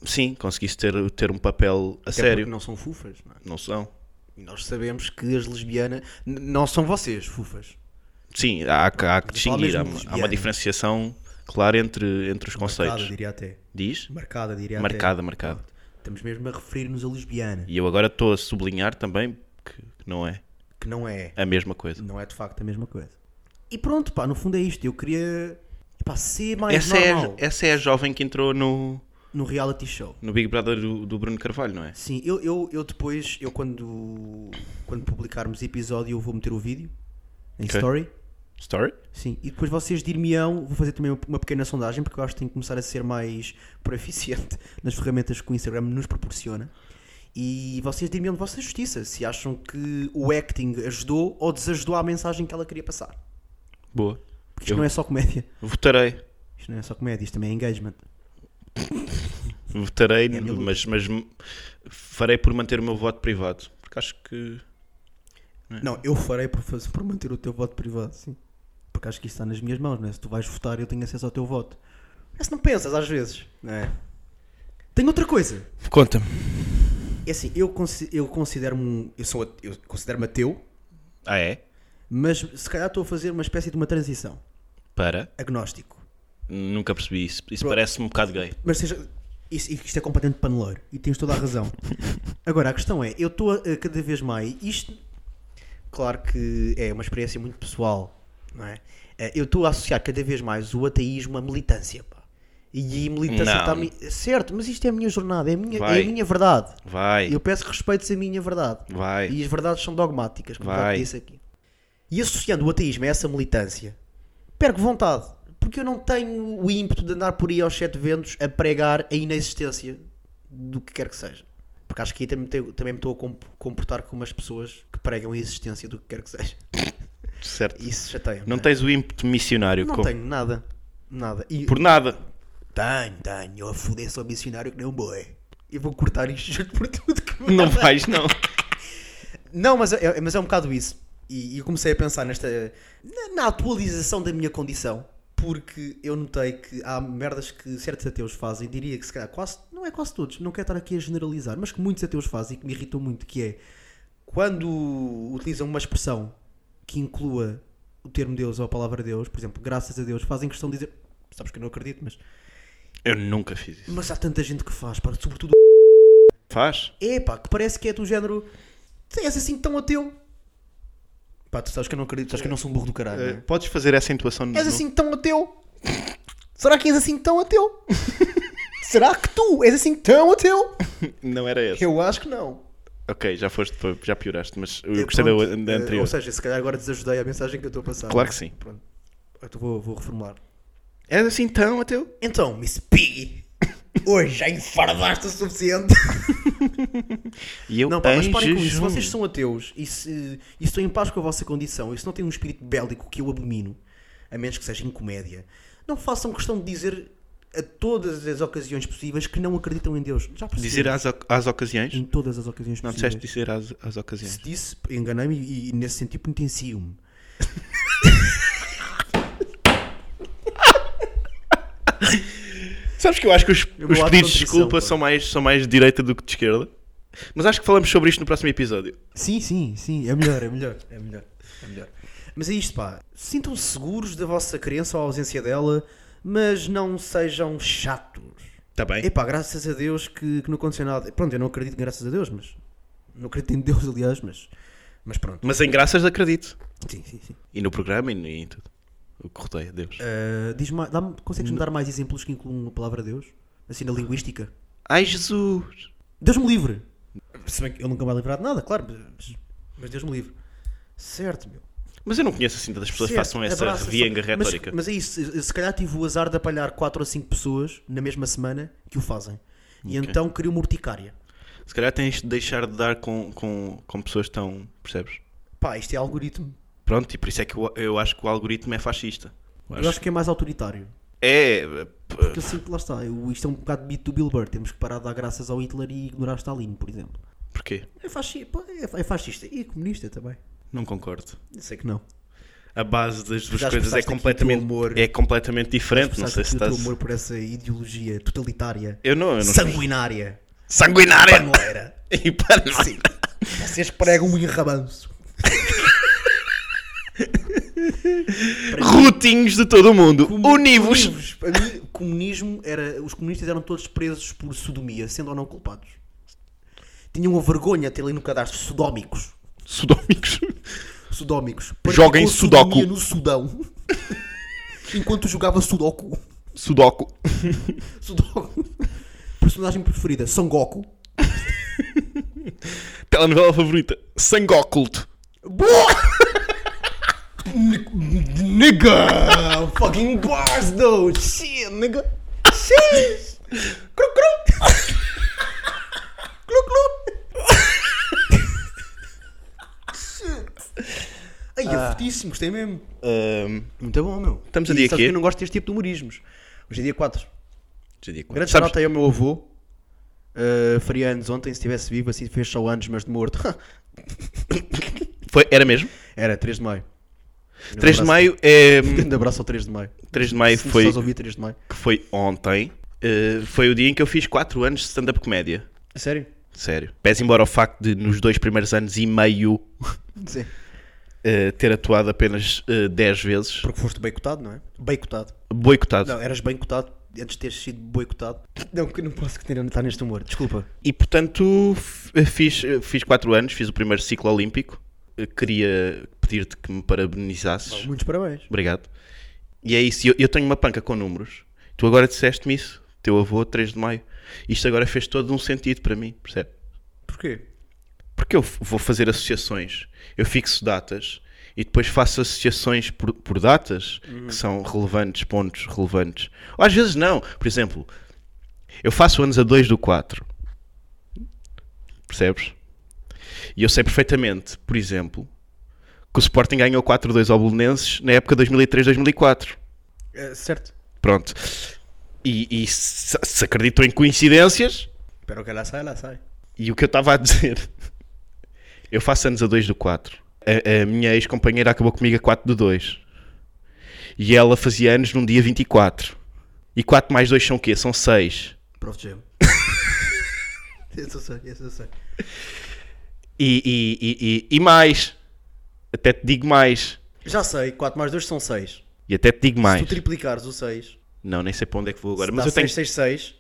[SPEAKER 3] Sim, conseguisse ter, ter um papel a
[SPEAKER 4] Até
[SPEAKER 3] sério.
[SPEAKER 4] é porque não são fufas, não é?
[SPEAKER 3] não são.
[SPEAKER 4] E nós sabemos que as lesbianas n- não são vocês, fufas.
[SPEAKER 3] Sim, há, há que distinguir. Há,
[SPEAKER 4] mesmo né?
[SPEAKER 3] uma- há uma
[SPEAKER 4] lesbiana.
[SPEAKER 3] diferenciação clara entre, entre os
[SPEAKER 4] Marcada,
[SPEAKER 3] conceitos.
[SPEAKER 4] diria até.
[SPEAKER 3] Diz?
[SPEAKER 4] Marcada, diria até.
[SPEAKER 3] Marcada, marcada.
[SPEAKER 4] Estamos mesmo a referir-nos a lesbiana,
[SPEAKER 3] E eu agora estou a sublinhar também que que não é
[SPEAKER 4] que não é,
[SPEAKER 3] a mesma coisa.
[SPEAKER 4] não é de facto a mesma coisa. E pronto, pá, no fundo é isto. Eu queria pá, ser mais
[SPEAKER 3] Essa é,
[SPEAKER 4] normal
[SPEAKER 3] a- essa é a jovem que entrou no,
[SPEAKER 4] no reality show.
[SPEAKER 3] no Big Brother do, do Bruno Carvalho, não é?
[SPEAKER 4] Sim, eu, eu, eu depois, eu quando, quando publicarmos episódio, eu vou meter o vídeo em
[SPEAKER 3] Ok.
[SPEAKER 4] story.
[SPEAKER 3] Story?
[SPEAKER 4] Sim, e depois vocês dir-me-ão, vou fazer também uma pequena sondagem, porque eu acho que tenho que começar a ser mais proficiente nas ferramentas que o Instagram nos proporciona. E vocês dir-me-ão de vossa justiça, se acham que o acting ajudou ou desajudou à mensagem que ela queria passar.
[SPEAKER 3] Boa.
[SPEAKER 4] Porque isto
[SPEAKER 3] Eu-
[SPEAKER 4] não é só comédia.
[SPEAKER 3] Votarei.
[SPEAKER 4] Isto não é só comédia, isto também é engagement.
[SPEAKER 3] Votarei,
[SPEAKER 4] É a minha luta.
[SPEAKER 3] mas, mas m- farei por manter o meu voto privado. Porque acho que.
[SPEAKER 4] Não, eu farei por, fazer, por manter o teu voto privado, sim. Porque acho que isso está nas minhas mãos, não é? Se tu vais votar, eu tenho acesso ao teu voto. Mas não pensas às vezes, não é? Tenho outra coisa.
[SPEAKER 3] Conta-me.
[SPEAKER 4] É assim, eu, consi- eu considero-me um- eu sou ate- eu considero-me ateu,
[SPEAKER 3] Ah, é?
[SPEAKER 4] mas se calhar estou a fazer uma espécie de uma transição.
[SPEAKER 3] Para.
[SPEAKER 4] Agnóstico.
[SPEAKER 3] Nunca percebi isso. Isso
[SPEAKER 4] Pro-
[SPEAKER 3] parece-me um bocado gay.
[SPEAKER 4] Mas seja, isso, isto é completamente paneleiro e tens toda a razão. Agora, a questão é, eu estou a, a cada vez mais. Isto, claro que é uma experiência muito pessoal, não é? Eh, Eu estou a associar cada vez mais o ateísmo à militância. pá. E a militância
[SPEAKER 3] Não.
[SPEAKER 4] está. me- Certo, mas isto é a minha jornada, é a minha, é
[SPEAKER 3] Vai.
[SPEAKER 4] a minha verdade.
[SPEAKER 3] Vai.
[SPEAKER 4] Eu peço respeito se a minha verdade.
[SPEAKER 3] Vai.
[SPEAKER 4] E as verdades são dogmáticas, como já
[SPEAKER 3] Vai.
[SPEAKER 4] te disse aqui. E associando o ateísmo a essa militância, perco vontade. Porque eu não tenho o ímpeto de andar por aí aos sete ventos a pregar a inexistência do que quer que seja. Porque acho que aí também, te- também me estou a comp- comportar como as pessoas que pregam a existência do que quer que seja.
[SPEAKER 3] Certo.
[SPEAKER 4] Isso chateia.
[SPEAKER 3] Não tens o ímpeto missionário.
[SPEAKER 4] Não
[SPEAKER 3] com-
[SPEAKER 4] tenho nada. Nada. E
[SPEAKER 3] Por nada.
[SPEAKER 4] Tenho, tenho. Eu a foder sou missionário que nem um boi. Eu vou cortar isto junto por tudo que
[SPEAKER 3] Não vais, não.
[SPEAKER 4] Não, mas é, é- mas é um bocado isso. E, e eu comecei a pensar nesta. Na, na atualização da minha condição. Porque eu notei que há merdas que certos ateus fazem, diria que se calhar quase, não é quase todos, não quero estar aqui a generalizar, mas que muitos ateus fazem e que me irritam muito, que é quando utilizam uma expressão que inclua o termo Deus ou a palavra Deus, por exemplo, graças a Deus, fazem questão de dizer, sabes que eu não acredito, mas,
[SPEAKER 3] Eu nunca fiz isso.
[SPEAKER 4] mas há tanta gente que faz, para, sobretudo
[SPEAKER 3] Faz?
[SPEAKER 4] é pá, que parece que é do género. "Tu És assim tão ateu. Pá, tu sabes que eu não acredito, tu sabes que eu não sou um burro do caralho.
[SPEAKER 3] Eh,
[SPEAKER 4] não é?
[SPEAKER 3] podes fazer essa intuação no.
[SPEAKER 4] És assim tão ateu. Será que és assim tão ateu? Será que tu és assim tão ateu?
[SPEAKER 3] Não era essa.
[SPEAKER 4] Eu acho que não.
[SPEAKER 3] Ok, já foste, pa- já pioraste, mas eu
[SPEAKER 4] Eh,
[SPEAKER 3] gostei
[SPEAKER 4] pronto,
[SPEAKER 3] da,
[SPEAKER 4] eh,
[SPEAKER 3] da anterior.
[SPEAKER 4] Ou seja, se calhar agora desajudei a mensagem que eu estou a passar.
[SPEAKER 3] Claro que sim.
[SPEAKER 4] Pronto. Eu vou, vou reformular.
[SPEAKER 3] És assim tão, ateu?
[SPEAKER 4] Então, Miss Piggy, hoje já enfardaste o suficiente.
[SPEAKER 3] E eu
[SPEAKER 4] Não, pá, mas
[SPEAKER 3] em
[SPEAKER 4] parem com isso.
[SPEAKER 3] jejum.
[SPEAKER 4] Vocês são ateus e, se, e estou em paz com a vossa condição e se não têm um espírito bélico que eu abomino, a menos que seja em comédia, não façam questão de dizer a todas as ocasiões possíveis que não acreditam em Deus. Já percebi.
[SPEAKER 3] Dizer às, oc- às ocasiões?
[SPEAKER 4] Em todas as ocasiões
[SPEAKER 3] Não
[SPEAKER 4] possíveis.
[SPEAKER 3] disseste dizer às, às ocasiões.
[SPEAKER 4] Se disse, enganei-me e, e nesse sentido penitencio-me.
[SPEAKER 3] Sabes que eu acho que os,
[SPEAKER 4] Eu
[SPEAKER 3] os
[SPEAKER 4] vou à
[SPEAKER 3] pedidos de
[SPEAKER 4] contradição,
[SPEAKER 3] desculpa
[SPEAKER 4] pá.
[SPEAKER 3] são mais, são mais de direita do que de esquerda. Mas acho que falamos sobre isto no próximo episódio.
[SPEAKER 4] Sim, sim, sim, é melhor, é melhor, é melhor, é melhor. Mas é isto, pá. Sintam-se seguros da vossa crença ou ausência dela, mas não sejam chatos.
[SPEAKER 3] Está Tá bem?
[SPEAKER 4] Epá, graças a Deus que, que não aconteceu nada. Pronto, eu não acredito em graças a Deus, mas. Não acredito em Deus, aliás, mas. Mas pronto.
[SPEAKER 3] Mas em graças acredito.
[SPEAKER 4] Sim, sim, sim.
[SPEAKER 3] E no programa e, no- e em tudo. O que rodeia, Deus.
[SPEAKER 4] Ah, diz mais, dá-me-
[SPEAKER 3] Hum.
[SPEAKER 4] consegues-me dar mais exemplos que incluam a palavra Deus? Assim, na linguística?
[SPEAKER 3] Ai Jesus!
[SPEAKER 4] Deus me livre! Se bem que eu nunca me vou livrar de nada, claro, mas, mas Deus me livre. Certo, meu.
[SPEAKER 3] Mas eu não conheço assim tantas pessoas que
[SPEAKER 4] Certo,
[SPEAKER 3] façam essa
[SPEAKER 4] abraça,
[SPEAKER 3] revienga
[SPEAKER 4] só-
[SPEAKER 3] retórica.
[SPEAKER 4] Mas, mas é isso, eu- se calhar tive o azar de apalhar 4 ou 5 pessoas na mesma semana que o fazem. E então criou uma urticária.
[SPEAKER 3] Se calhar tens de deixar de dar com, com, com pessoas tão. percebes?
[SPEAKER 4] Pá, isto é algoritmo.
[SPEAKER 3] Pronto, e por isso é que eu, eu acho que o algoritmo é fascista. Eu
[SPEAKER 4] Eu
[SPEAKER 3] acho-
[SPEAKER 4] acho que é mais autoritário.
[SPEAKER 3] É.
[SPEAKER 4] Porque eu sinto, lá está, eu- isto é um bocado de mito do Bill Burr, temos que parar de dar graças ao Hitler e ignorar Stalin, por exemplo.
[SPEAKER 3] Porquê?
[SPEAKER 4] É fascista, é fascista e comunista também.
[SPEAKER 3] Não concordo.
[SPEAKER 4] Eu sei que não.
[SPEAKER 3] A base das duas coisas
[SPEAKER 4] Já
[SPEAKER 3] é
[SPEAKER 4] expressaste aqui o
[SPEAKER 3] completamente,
[SPEAKER 4] teu amor.
[SPEAKER 3] é completamente diferente. Não
[SPEAKER 4] Sabes
[SPEAKER 3] sei se
[SPEAKER 4] que o teu
[SPEAKER 3] estás.
[SPEAKER 4] amor por essa ideologia totalitária,
[SPEAKER 3] Eu não, eu não.
[SPEAKER 4] sanguinária,
[SPEAKER 3] Sanguinária!
[SPEAKER 4] panoeira.
[SPEAKER 3] E para nós.
[SPEAKER 4] Sim. Vocês pregam um enrabanço.
[SPEAKER 3] Rutinhos de todo o mundo. Univos.
[SPEAKER 4] Univos. Para mim, o comunismo era. Os comunistas eram todos presos por sodomia, sendo ou não culpados. Tinham a vergonha de ter ali no cadastro sodómicos.
[SPEAKER 3] Sudómicos.
[SPEAKER 4] Sudómicos.
[SPEAKER 3] Joga em
[SPEAKER 4] Praticou
[SPEAKER 3] sudoku.
[SPEAKER 4] sodomia no Sudão. Enquanto jogava Sudoku.
[SPEAKER 3] Sudoku.
[SPEAKER 4] Sudoku. Personagem preferida, Sangoku.
[SPEAKER 3] Telenovela favorita. Sangue oculto.
[SPEAKER 4] Boa! nigga! Fucking bars, though! Shit, nigga! Shit! Cru, cru! clu, clu! Shit! Ai, é fortíssimo, gostei mesmo. Muito bom, meu.
[SPEAKER 3] Estamos a
[SPEAKER 4] E
[SPEAKER 3] dia
[SPEAKER 4] sabes
[SPEAKER 3] quê?
[SPEAKER 4] que eu não gosto deste tipo de humorismos. Hoje é dia 4.
[SPEAKER 3] Já digo.
[SPEAKER 4] Grande
[SPEAKER 3] Sabes-
[SPEAKER 4] shout aí ao meu avô. Uh, faria anos ontem, se estivesse vivo, assim fez só anos, mas de morto.
[SPEAKER 3] Foi, era mesmo?
[SPEAKER 4] Era 3 de maio.
[SPEAKER 3] 3 de maio é.
[SPEAKER 4] Um Grande abraço ao 3 de maio.
[SPEAKER 3] 3 de maio
[SPEAKER 4] Se
[SPEAKER 3] foi-
[SPEAKER 4] Só ouvi 3 de maio.
[SPEAKER 3] que foi ontem. eh, foi o dia em que eu fiz 4 anos de stand-up comédia.
[SPEAKER 4] A sério?
[SPEAKER 3] Sério. Pese embora o facto de, nos dois primeiros anos e meio,
[SPEAKER 4] Sim.
[SPEAKER 3] eh, ter atuado apenas eh, 10 vezes,
[SPEAKER 4] Porque foste boicotado, não é? Boicotado.
[SPEAKER 3] boicotado.
[SPEAKER 4] Não, eras boicotado antes de teres sido boicotado. Não, que não posso que tenha estar neste humor. Desculpa.
[SPEAKER 3] E portanto, f- eh, fiz, eh, fiz 4 anos, fiz o primeiro ciclo olímpico. Eh, queria pedir-te que me parabenizasses.
[SPEAKER 4] Muitos parabéns.
[SPEAKER 3] Obrigado. E é isso. Eu, eu tenho uma panca com números. Tu agora disseste-me isso. Teu avô, 3 de maio. Isto agora fez todo um sentido para mim, percebe?
[SPEAKER 4] Porquê?
[SPEAKER 3] Porque eu f- vou fazer associações. Eu fixo datas e depois faço associações por, por datas que são relevantes, pontos relevantes. Ou às vezes não. Por exemplo, eu faço anos a 2 do 4. Percebes? E eu sei perfeitamente, por exemplo, que o Sporting ganhou 4-2 ao Bolonenses na época 2003-2004.
[SPEAKER 4] É, certo.
[SPEAKER 3] Pronto. E, e se, se acreditam em coincidências,
[SPEAKER 4] Pero que lá sai, lá sai.
[SPEAKER 3] e o que eu estava a dizer? Eu faço anos a 2 do 4. A, a minha ex-companheira acabou comigo a 4 do 2. E ela fazia anos num dia 24. E 4 mais 2 são o quê? São 6.
[SPEAKER 4] Prof. Jam. esse eu sei, esse eu sei.
[SPEAKER 3] E, e- e- e- e mais. Até te digo mais.
[SPEAKER 4] Já sei, 4 mais 2 são 6.
[SPEAKER 3] E até te digo mais.
[SPEAKER 4] Se tu triplicares o 6,
[SPEAKER 3] Não, nem sei para onde é que vou agora.
[SPEAKER 4] Agora,
[SPEAKER 3] Mas eu tenho.
[SPEAKER 4] 6, 6.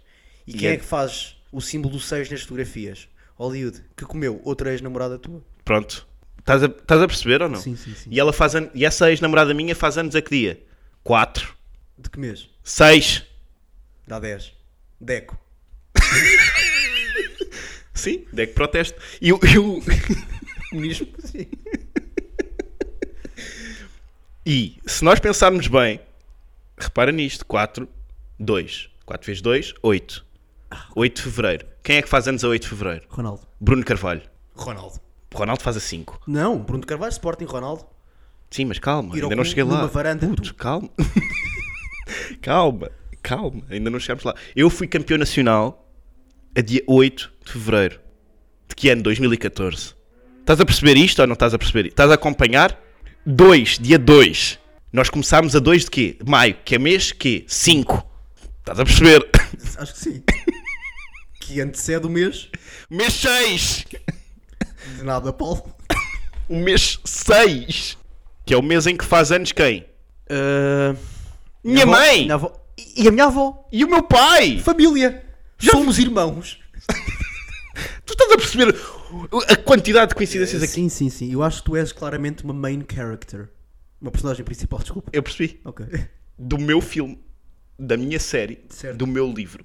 [SPEAKER 4] E quem
[SPEAKER 3] é-
[SPEAKER 4] é que faz o símbolo do 6 nas fotografias? Hollywood, que comeu outra ex-namorada tua.
[SPEAKER 3] Pronto. Estás a, estás a perceber ou não?
[SPEAKER 4] Sim, sim, sim.
[SPEAKER 3] E, ela faz an... e essa ex-namorada minha faz anos a que dia? 4.
[SPEAKER 4] De que mês?
[SPEAKER 3] 6.
[SPEAKER 4] Dá 10. Deco.
[SPEAKER 3] Sim, é que protesto. E eu. eu...
[SPEAKER 4] Comunismo? Sim.
[SPEAKER 3] E se nós pensarmos bem, repara nisto: 4, 2. 4 vezes 2, 8. 8 de fevereiro. Quem é que faz anos a 8 de fevereiro?
[SPEAKER 4] Ronaldo.
[SPEAKER 3] Bruno Carvalho.
[SPEAKER 4] Ronaldo.
[SPEAKER 3] Ronaldo faz a 5.
[SPEAKER 4] Não, Bruno Carvalho, Sporting, Ronaldo.
[SPEAKER 3] Sim, mas calma,
[SPEAKER 4] Ir ao
[SPEAKER 3] ainda não
[SPEAKER 4] cu
[SPEAKER 3] cheguei lá.
[SPEAKER 4] numa varanda,
[SPEAKER 3] Puto,
[SPEAKER 4] tu.
[SPEAKER 3] calma. calma, calma, ainda não chegámos lá. Eu fui campeão nacional a dia 8 de fevereiro. De que ano? 2014. Estás a perceber isto ou não estás a perceber? Estás a acompanhar? 2, dia 2. Nós começámos a 2 de quê? Maio, que é mês quê? 5. Estás a perceber?
[SPEAKER 4] Acho que sim. que antecede o mês
[SPEAKER 3] mês 6.
[SPEAKER 4] de nada, Paulo.
[SPEAKER 3] O mês 6. Que é o mês em que faz anos quem? Minha
[SPEAKER 4] avó-
[SPEAKER 3] mãe!
[SPEAKER 4] Eh, minha avó- E e a minha avó.
[SPEAKER 3] E o meu pai!
[SPEAKER 4] Família. Somos irmãos.
[SPEAKER 3] Tu estás a perceber a quantidade de coincidências aqui?
[SPEAKER 4] Sim, sim, sim. Eu acho que tu és claramente uma main character. Uma personagem principal, desculpa.
[SPEAKER 3] Eu percebi.
[SPEAKER 4] Ok.
[SPEAKER 3] Do meu filme, da minha série,
[SPEAKER 4] Certo.
[SPEAKER 3] do meu livro.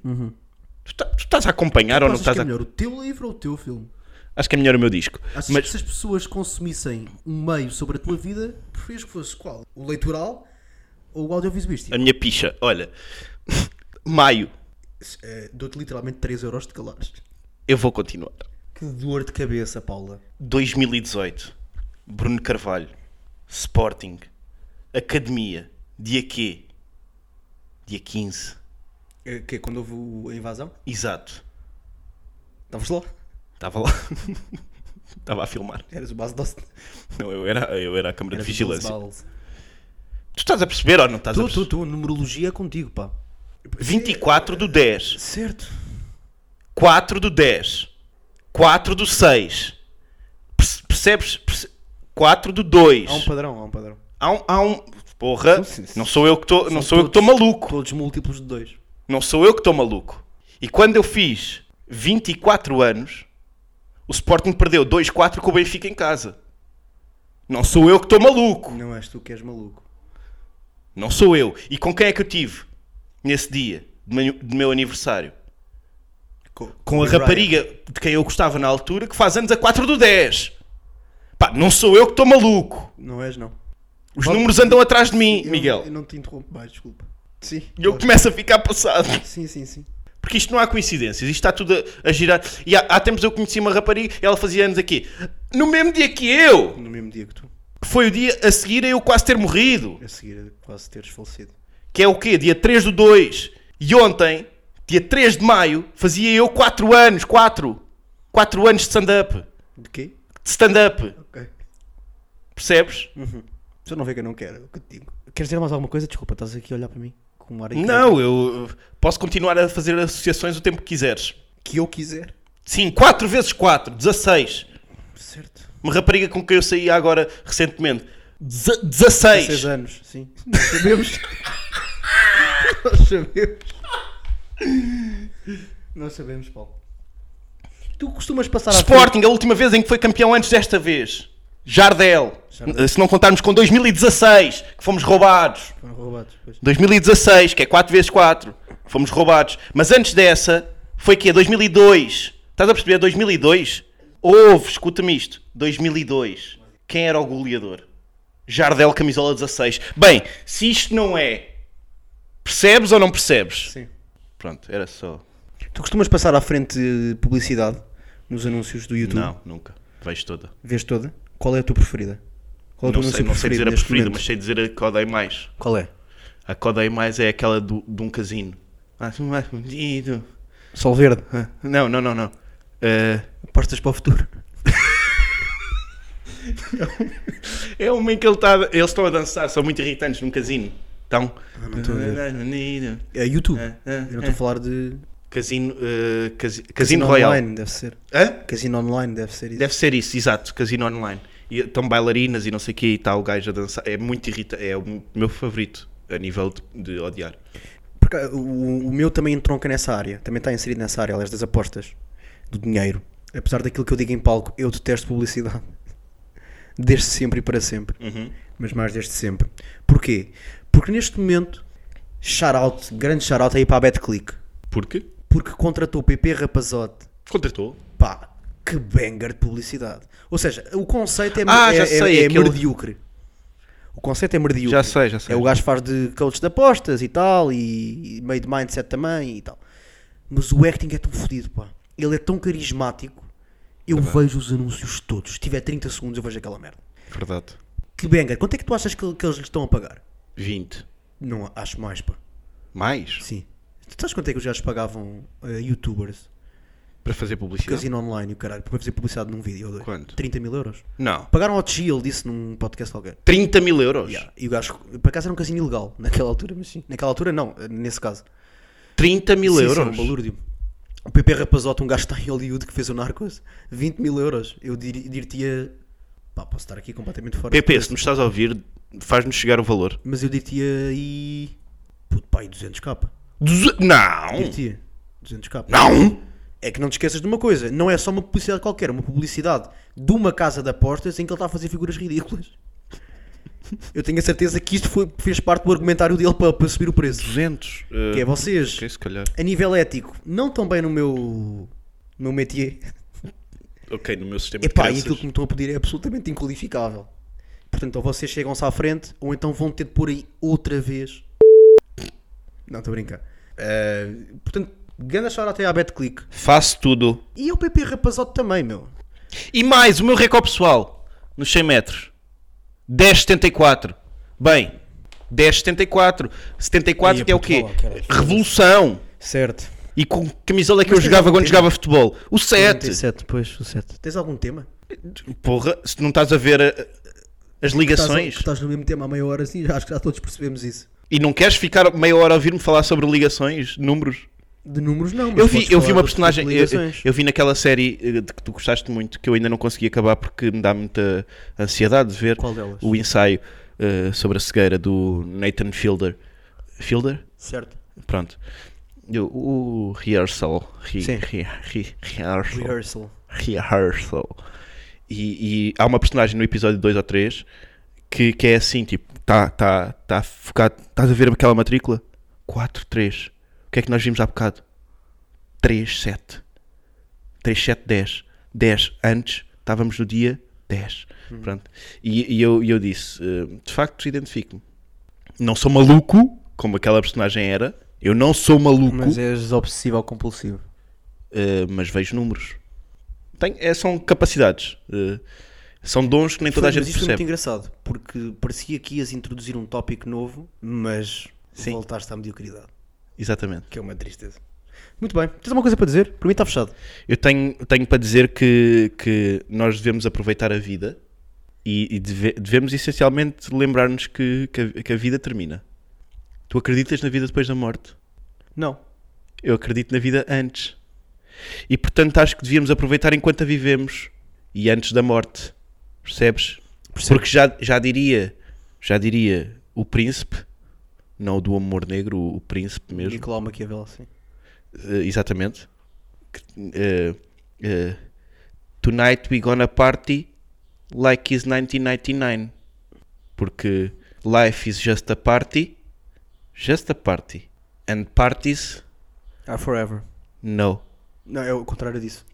[SPEAKER 3] Tu, tá- tu estás a acompanhar ou não
[SPEAKER 4] Achas que
[SPEAKER 3] estás
[SPEAKER 4] é
[SPEAKER 3] a...
[SPEAKER 4] melhor o teu livro ou o teu filme?
[SPEAKER 3] Acho que é melhor o meu disco.
[SPEAKER 4] Achas que
[SPEAKER 3] Mas
[SPEAKER 4] se as pessoas consumissem um meio sobre a tua vida, preferias que fosse qual? O leitoral ou o audiovisuístico?
[SPEAKER 3] a minha picha, olha... Maio,
[SPEAKER 4] Eh, Dou-te literalmente 3 euros de calares.
[SPEAKER 3] eu vou continuar.
[SPEAKER 4] Que dor de cabeça, Paula.
[SPEAKER 3] 2018, Bruno Carvalho, Sporting, Academia, dia quê? Dia 15.
[SPEAKER 4] Eh, Que é quando houve o- a invasão?
[SPEAKER 3] Exato.
[SPEAKER 4] Estavas lá?
[SPEAKER 3] Estava lá. Estava a filmar.
[SPEAKER 4] Eras o base da
[SPEAKER 3] Não, eu era, eu era a câmara de vigilância.
[SPEAKER 4] Tu,
[SPEAKER 3] Tu estás a perceber ou não estás a
[SPEAKER 4] tu,
[SPEAKER 3] perceber?
[SPEAKER 4] tu, numerologia é contigo, pá.
[SPEAKER 3] 24 do 10.
[SPEAKER 4] Certo.
[SPEAKER 3] 4 do 10, 4 do 6, Perce- percebes? Perce- 4 do 2.
[SPEAKER 4] Há um padrão, há um padrão.
[SPEAKER 3] Há um, há um- Porra,
[SPEAKER 4] Sim, sim.
[SPEAKER 3] não sou eu que estou, não
[SPEAKER 4] São
[SPEAKER 3] sou eu que estou
[SPEAKER 4] todos-
[SPEAKER 3] maluco.
[SPEAKER 4] Todos múltiplos de dois.
[SPEAKER 3] Não sou eu que estou maluco. E quando eu fiz 24 anos, o Sporting perdeu 2-4 com o Benfica em casa. Não sou eu que estou maluco.
[SPEAKER 4] Não és tu que és maluco.
[SPEAKER 3] Não sou eu. E com quem é que eu tive nesse dia de meu, de meu aniversário?
[SPEAKER 4] Co-
[SPEAKER 3] Com a
[SPEAKER 4] Ryan.
[SPEAKER 3] rapariga de quem eu gostava na altura que faz anos a 4 do 10. Pá, não sou eu que estou maluco.
[SPEAKER 4] Não és, não.
[SPEAKER 3] Os números andam atrás de mim,
[SPEAKER 4] Eu-
[SPEAKER 3] Miguel.
[SPEAKER 4] Eu não te interrompo mais, desculpa. Sim.
[SPEAKER 3] E eu começo a ficar passado.
[SPEAKER 4] Sim, sim, sim.
[SPEAKER 3] Porque isto não há coincidências, isto está tudo a, a girar. E há, há tempos eu conheci uma rapariga, ela fazia anos aqui. No mesmo dia que eu!
[SPEAKER 4] No mesmo dia que tu,
[SPEAKER 3] Que foi o dia a seguir a eu quase ter morrido.
[SPEAKER 4] a seguir a quase teres falecido.
[SPEAKER 3] Que é o quê? Dia 3 do 2. E ontem, dia 3 de maio, fazia eu 4 anos, 4. 4 anos de stand-up.
[SPEAKER 4] De quê?
[SPEAKER 3] De stand-up.
[SPEAKER 4] Ok.
[SPEAKER 3] Percebes?
[SPEAKER 4] Tu não vê que eu não quero, é o que eu te digo. Queres dizer mais alguma coisa? Desculpa, estás aqui a olhar para mim com um ar incrédulo.
[SPEAKER 3] Não, eu eu posso continuar a fazer associações o tempo que quiseres.
[SPEAKER 4] Que eu quiser.
[SPEAKER 3] Sim, 4 vezes 4, 16.
[SPEAKER 4] Certo.
[SPEAKER 3] Uma rapariga com quem eu saí agora recentemente. Deze- 16.
[SPEAKER 4] 16 anos, sim. Nós sabemos. Nós sabemos. Nós sabemos, Paulo. Tu costumas passar à frente-
[SPEAKER 3] Sporting, a última vez em que foi campeão antes desta vez. Jardel. Se não contarmos com 2016, que fomos roubados.
[SPEAKER 4] Foram roubados, pois.
[SPEAKER 3] 2016, que é 4 vezes 4 fomos roubados. Mas antes dessa, foi que é 2002. Estás a perceber? 2002? Houve, escuta-me isto. 2002. Quem era o goleador? Jardel, camisola 16. Bem, se isto não é. Percebes ou não percebes?
[SPEAKER 4] Sim.
[SPEAKER 3] Pronto, era só.
[SPEAKER 4] Tu costumas passar à frente eh, publicidade nos anúncios do YouTube?
[SPEAKER 3] Não, nunca. Vejo toda.
[SPEAKER 4] Vês toda? Qual é a tua preferida? Qual é o
[SPEAKER 3] Não
[SPEAKER 4] teu
[SPEAKER 3] sei,
[SPEAKER 4] anúncio
[SPEAKER 3] não sei dizer
[SPEAKER 4] preferido
[SPEAKER 3] a
[SPEAKER 4] neste
[SPEAKER 3] preferida, mas
[SPEAKER 4] momento?
[SPEAKER 3] sei dizer a que odeio mais.
[SPEAKER 4] Qual é?
[SPEAKER 3] A que odeio mais é aquela do, de um casino. Ah, tu mais bonito.
[SPEAKER 4] Sol verde.
[SPEAKER 3] Ah, Não, não, não, não. Ah,
[SPEAKER 4] Apostas para o futuro.
[SPEAKER 3] é uma em que ele está. Eles estão a dançar, são muito irritantes num casino. Então.
[SPEAKER 4] não estou a É YouTube.
[SPEAKER 3] Ah, ah,
[SPEAKER 4] Eu não
[SPEAKER 3] ah.
[SPEAKER 4] estou a falar de
[SPEAKER 3] Casino, ah, casi- casino Royal.
[SPEAKER 4] online, deve ser.
[SPEAKER 3] Hã?
[SPEAKER 4] Casino online deve ser isso.
[SPEAKER 3] Deve ser isso, exato. Casino online. E estão bailarinas e não sei o que e está o gajo a dançar. É muito irritante. É o meu favorito a nível de, de odiar.
[SPEAKER 4] Porque ah, o, o meu também entronca nessa área. Também está inserido nessa área, aliás, das apostas. Do dinheiro. Apesar daquilo que eu digo em palco, eu detesto publicidade. Desde sempre e para sempre.
[SPEAKER 3] Uhum.
[SPEAKER 4] Mas mais desde sempre. Porquê? Porque neste momento, shout-out, grande shout-out aí para a BetClick.
[SPEAKER 3] Porquê?
[SPEAKER 4] Porque contratou o PP Rapazote.
[SPEAKER 3] Contratou.
[SPEAKER 4] Pá, que banger de publicidade. Ou seja, o conceito é,
[SPEAKER 3] Ah,
[SPEAKER 4] é,
[SPEAKER 3] já
[SPEAKER 4] é-
[SPEAKER 3] sei,
[SPEAKER 4] é
[SPEAKER 3] aquele-
[SPEAKER 4] medíocre. O conceito é medíocre.
[SPEAKER 3] Já sei, já sei.
[SPEAKER 4] É o gajo que faz de coach de apostas e tal, e, e meio de mindset também e tal. Mas o acting é tão fodido, pá. Ele é tão carismático. Eu vejo os anúncios todos. Se tiver 30 segundos, eu vejo aquela merda.
[SPEAKER 3] É Verdade.
[SPEAKER 4] Que banger. Quanto é que tu achas que, que eles lhe estão a pagar?
[SPEAKER 3] 20.
[SPEAKER 4] Não, acho mais, pá.
[SPEAKER 3] Mais?
[SPEAKER 4] Sim. Tu sabes quanto é que os gajos pagavam eh, youtubers?
[SPEAKER 3] Para fazer publicidade?
[SPEAKER 4] Casino online e o caralho, para fazer publicidade num vídeo ou dois.
[SPEAKER 3] Quanto?
[SPEAKER 4] 30 mil euros.
[SPEAKER 3] Não.
[SPEAKER 4] Pagaram ao Tchê, ele disse num podcast qualquer.
[SPEAKER 3] 30 mil euros?
[SPEAKER 4] E o gajo, por acaso era um casino ilegal, naquela altura, mas sim. Naquela altura não, nesse caso.
[SPEAKER 3] 30 mil
[SPEAKER 4] Sim, sim,
[SPEAKER 3] euros?
[SPEAKER 4] um balúrdio. O PP Rapazote, um gajo que está em Hollywood que fez o Narcos, 20 mil euros. Eu dir- dir-te-ia... Pá, posso estar aqui completamente fora.
[SPEAKER 3] PP, se nos estás a ouvir, faz-nos chegar o valor.
[SPEAKER 4] Mas eu dir-te-ia aí... Puto, pá, aí 200k.
[SPEAKER 3] Duze- Não!
[SPEAKER 4] Dir-te-ia. 200k.
[SPEAKER 3] Não!
[SPEAKER 4] É que não te esqueças de uma coisa, não é só uma publicidade qualquer, é uma publicidade de uma casa de apostas em que ele está a fazer figuras ridículas. Eu tenho a certeza que isto foi- fez parte do argumentário dele para, para subir o preço.
[SPEAKER 3] 200. eh,
[SPEAKER 4] Que é vocês,
[SPEAKER 3] ok, se calhar.
[SPEAKER 4] a nível ético, não tão bem no meu, no meu métier.
[SPEAKER 3] Ok, no meu sistema
[SPEAKER 4] Epá, e
[SPEAKER 3] de
[SPEAKER 4] aquilo
[SPEAKER 3] crenças.
[SPEAKER 4] que me estão a pedir é absolutamente inqualificável. Portanto, ou vocês chegam-se à frente, ou então vão ter de pôr aí outra vez. Não, estou a brincar. Eh, portanto, ganda chora até à BetClick.
[SPEAKER 3] Faço tudo.
[SPEAKER 4] E ao PP Rapazote também, meu.
[SPEAKER 3] E mais, o meu recorde pessoal, nos 100 metros. 10,74. Bem, 10,74. 74
[SPEAKER 4] Ia,
[SPEAKER 3] que é o
[SPEAKER 4] puto,
[SPEAKER 3] quê?
[SPEAKER 4] lá, caralho.
[SPEAKER 3] Revolução.
[SPEAKER 4] Certo.
[SPEAKER 3] E com que camisola é que eu jogava quando jogava futebol? O 7.
[SPEAKER 4] 97, pois, o 7. Tens algum tema?
[SPEAKER 3] Porra, se não estás a ver eh, as ligações...
[SPEAKER 4] Estás, tá- estás no mesmo tema há meia hora, assim, já acho que já todos percebemos isso.
[SPEAKER 3] E não queres ficar meia hora a ouvir-me falar sobre ligações, números?
[SPEAKER 4] De números não, mas
[SPEAKER 3] Eu vi,
[SPEAKER 4] podes
[SPEAKER 3] eu vi
[SPEAKER 4] falar
[SPEAKER 3] uma
[SPEAKER 4] de
[SPEAKER 3] personagem, eu, eu-
[SPEAKER 4] ligações.
[SPEAKER 3] eu vi naquela série eh, de que tu gostaste muito, que eu ainda não consegui acabar porque me dá muita ansiedade de ver
[SPEAKER 4] Qual delas?
[SPEAKER 3] o ensaio eh, sobre a cegueira do Nathan Fielder. Fielder?
[SPEAKER 4] Certo.
[SPEAKER 3] Pronto. Eu- O, rehearsal. Re,
[SPEAKER 4] Sim.
[SPEAKER 3] re- re- rehearsal.
[SPEAKER 4] Rehearsal.
[SPEAKER 3] Rehearsal. E, e há uma personagem no episódio 2 ou 3 que, que é assim, tipo, tá, tá, tá focado. Estás a ver aquela matrícula? 4, 3. O que é que nós vimos há bocado? 3, 7. 3, 7, 10. 10 antes, estávamos no dia 10. Pronto. E, e eu, e eu disse, eh, de facto, identifico-me. Não sou maluco, como aquela personagem era. Eu não sou maluco.
[SPEAKER 4] Mas és obsessivo ou compulsivo.
[SPEAKER 3] Uh, mas vejo números. Tenho- é, são capacidades. uh, são dons que nem toda a
[SPEAKER 4] Foi-
[SPEAKER 3] gente
[SPEAKER 4] mas isso foi muito
[SPEAKER 3] percebe.
[SPEAKER 4] engraçado, porque parecia que ias introduzir um tópico novo, mas
[SPEAKER 3] Sim.
[SPEAKER 4] voltaste à mediocridade,
[SPEAKER 3] Exatamente.
[SPEAKER 4] que é uma tristeza. Muito bem, tens alguma coisa para dizer? Para mim está fechado.
[SPEAKER 3] Eu tenho, tenho para dizer que, que nós devemos aproveitar a vida e, e deve- devemos essencialmente lembrar-nos que, que, a, que a vida termina. Tu acreditas na vida depois da morte?
[SPEAKER 4] Não.
[SPEAKER 3] Eu acredito na vida antes. E portanto acho que devíamos aproveitar enquanto a vivemos e antes da morte. Percebes?
[SPEAKER 4] Percebo.
[SPEAKER 3] Porque já, já diria, já diria o príncipe, não o do amor negro, o, o príncipe mesmo,
[SPEAKER 4] Nicolau Maquiavel, sim.
[SPEAKER 3] eh, exatamente. Que, eh, eh, Tonight we gonna party like is 1999. Porque life is just a party, just a party. And parties,
[SPEAKER 4] Are Ah, forever.
[SPEAKER 3] no.
[SPEAKER 4] Não, é o contrário disso.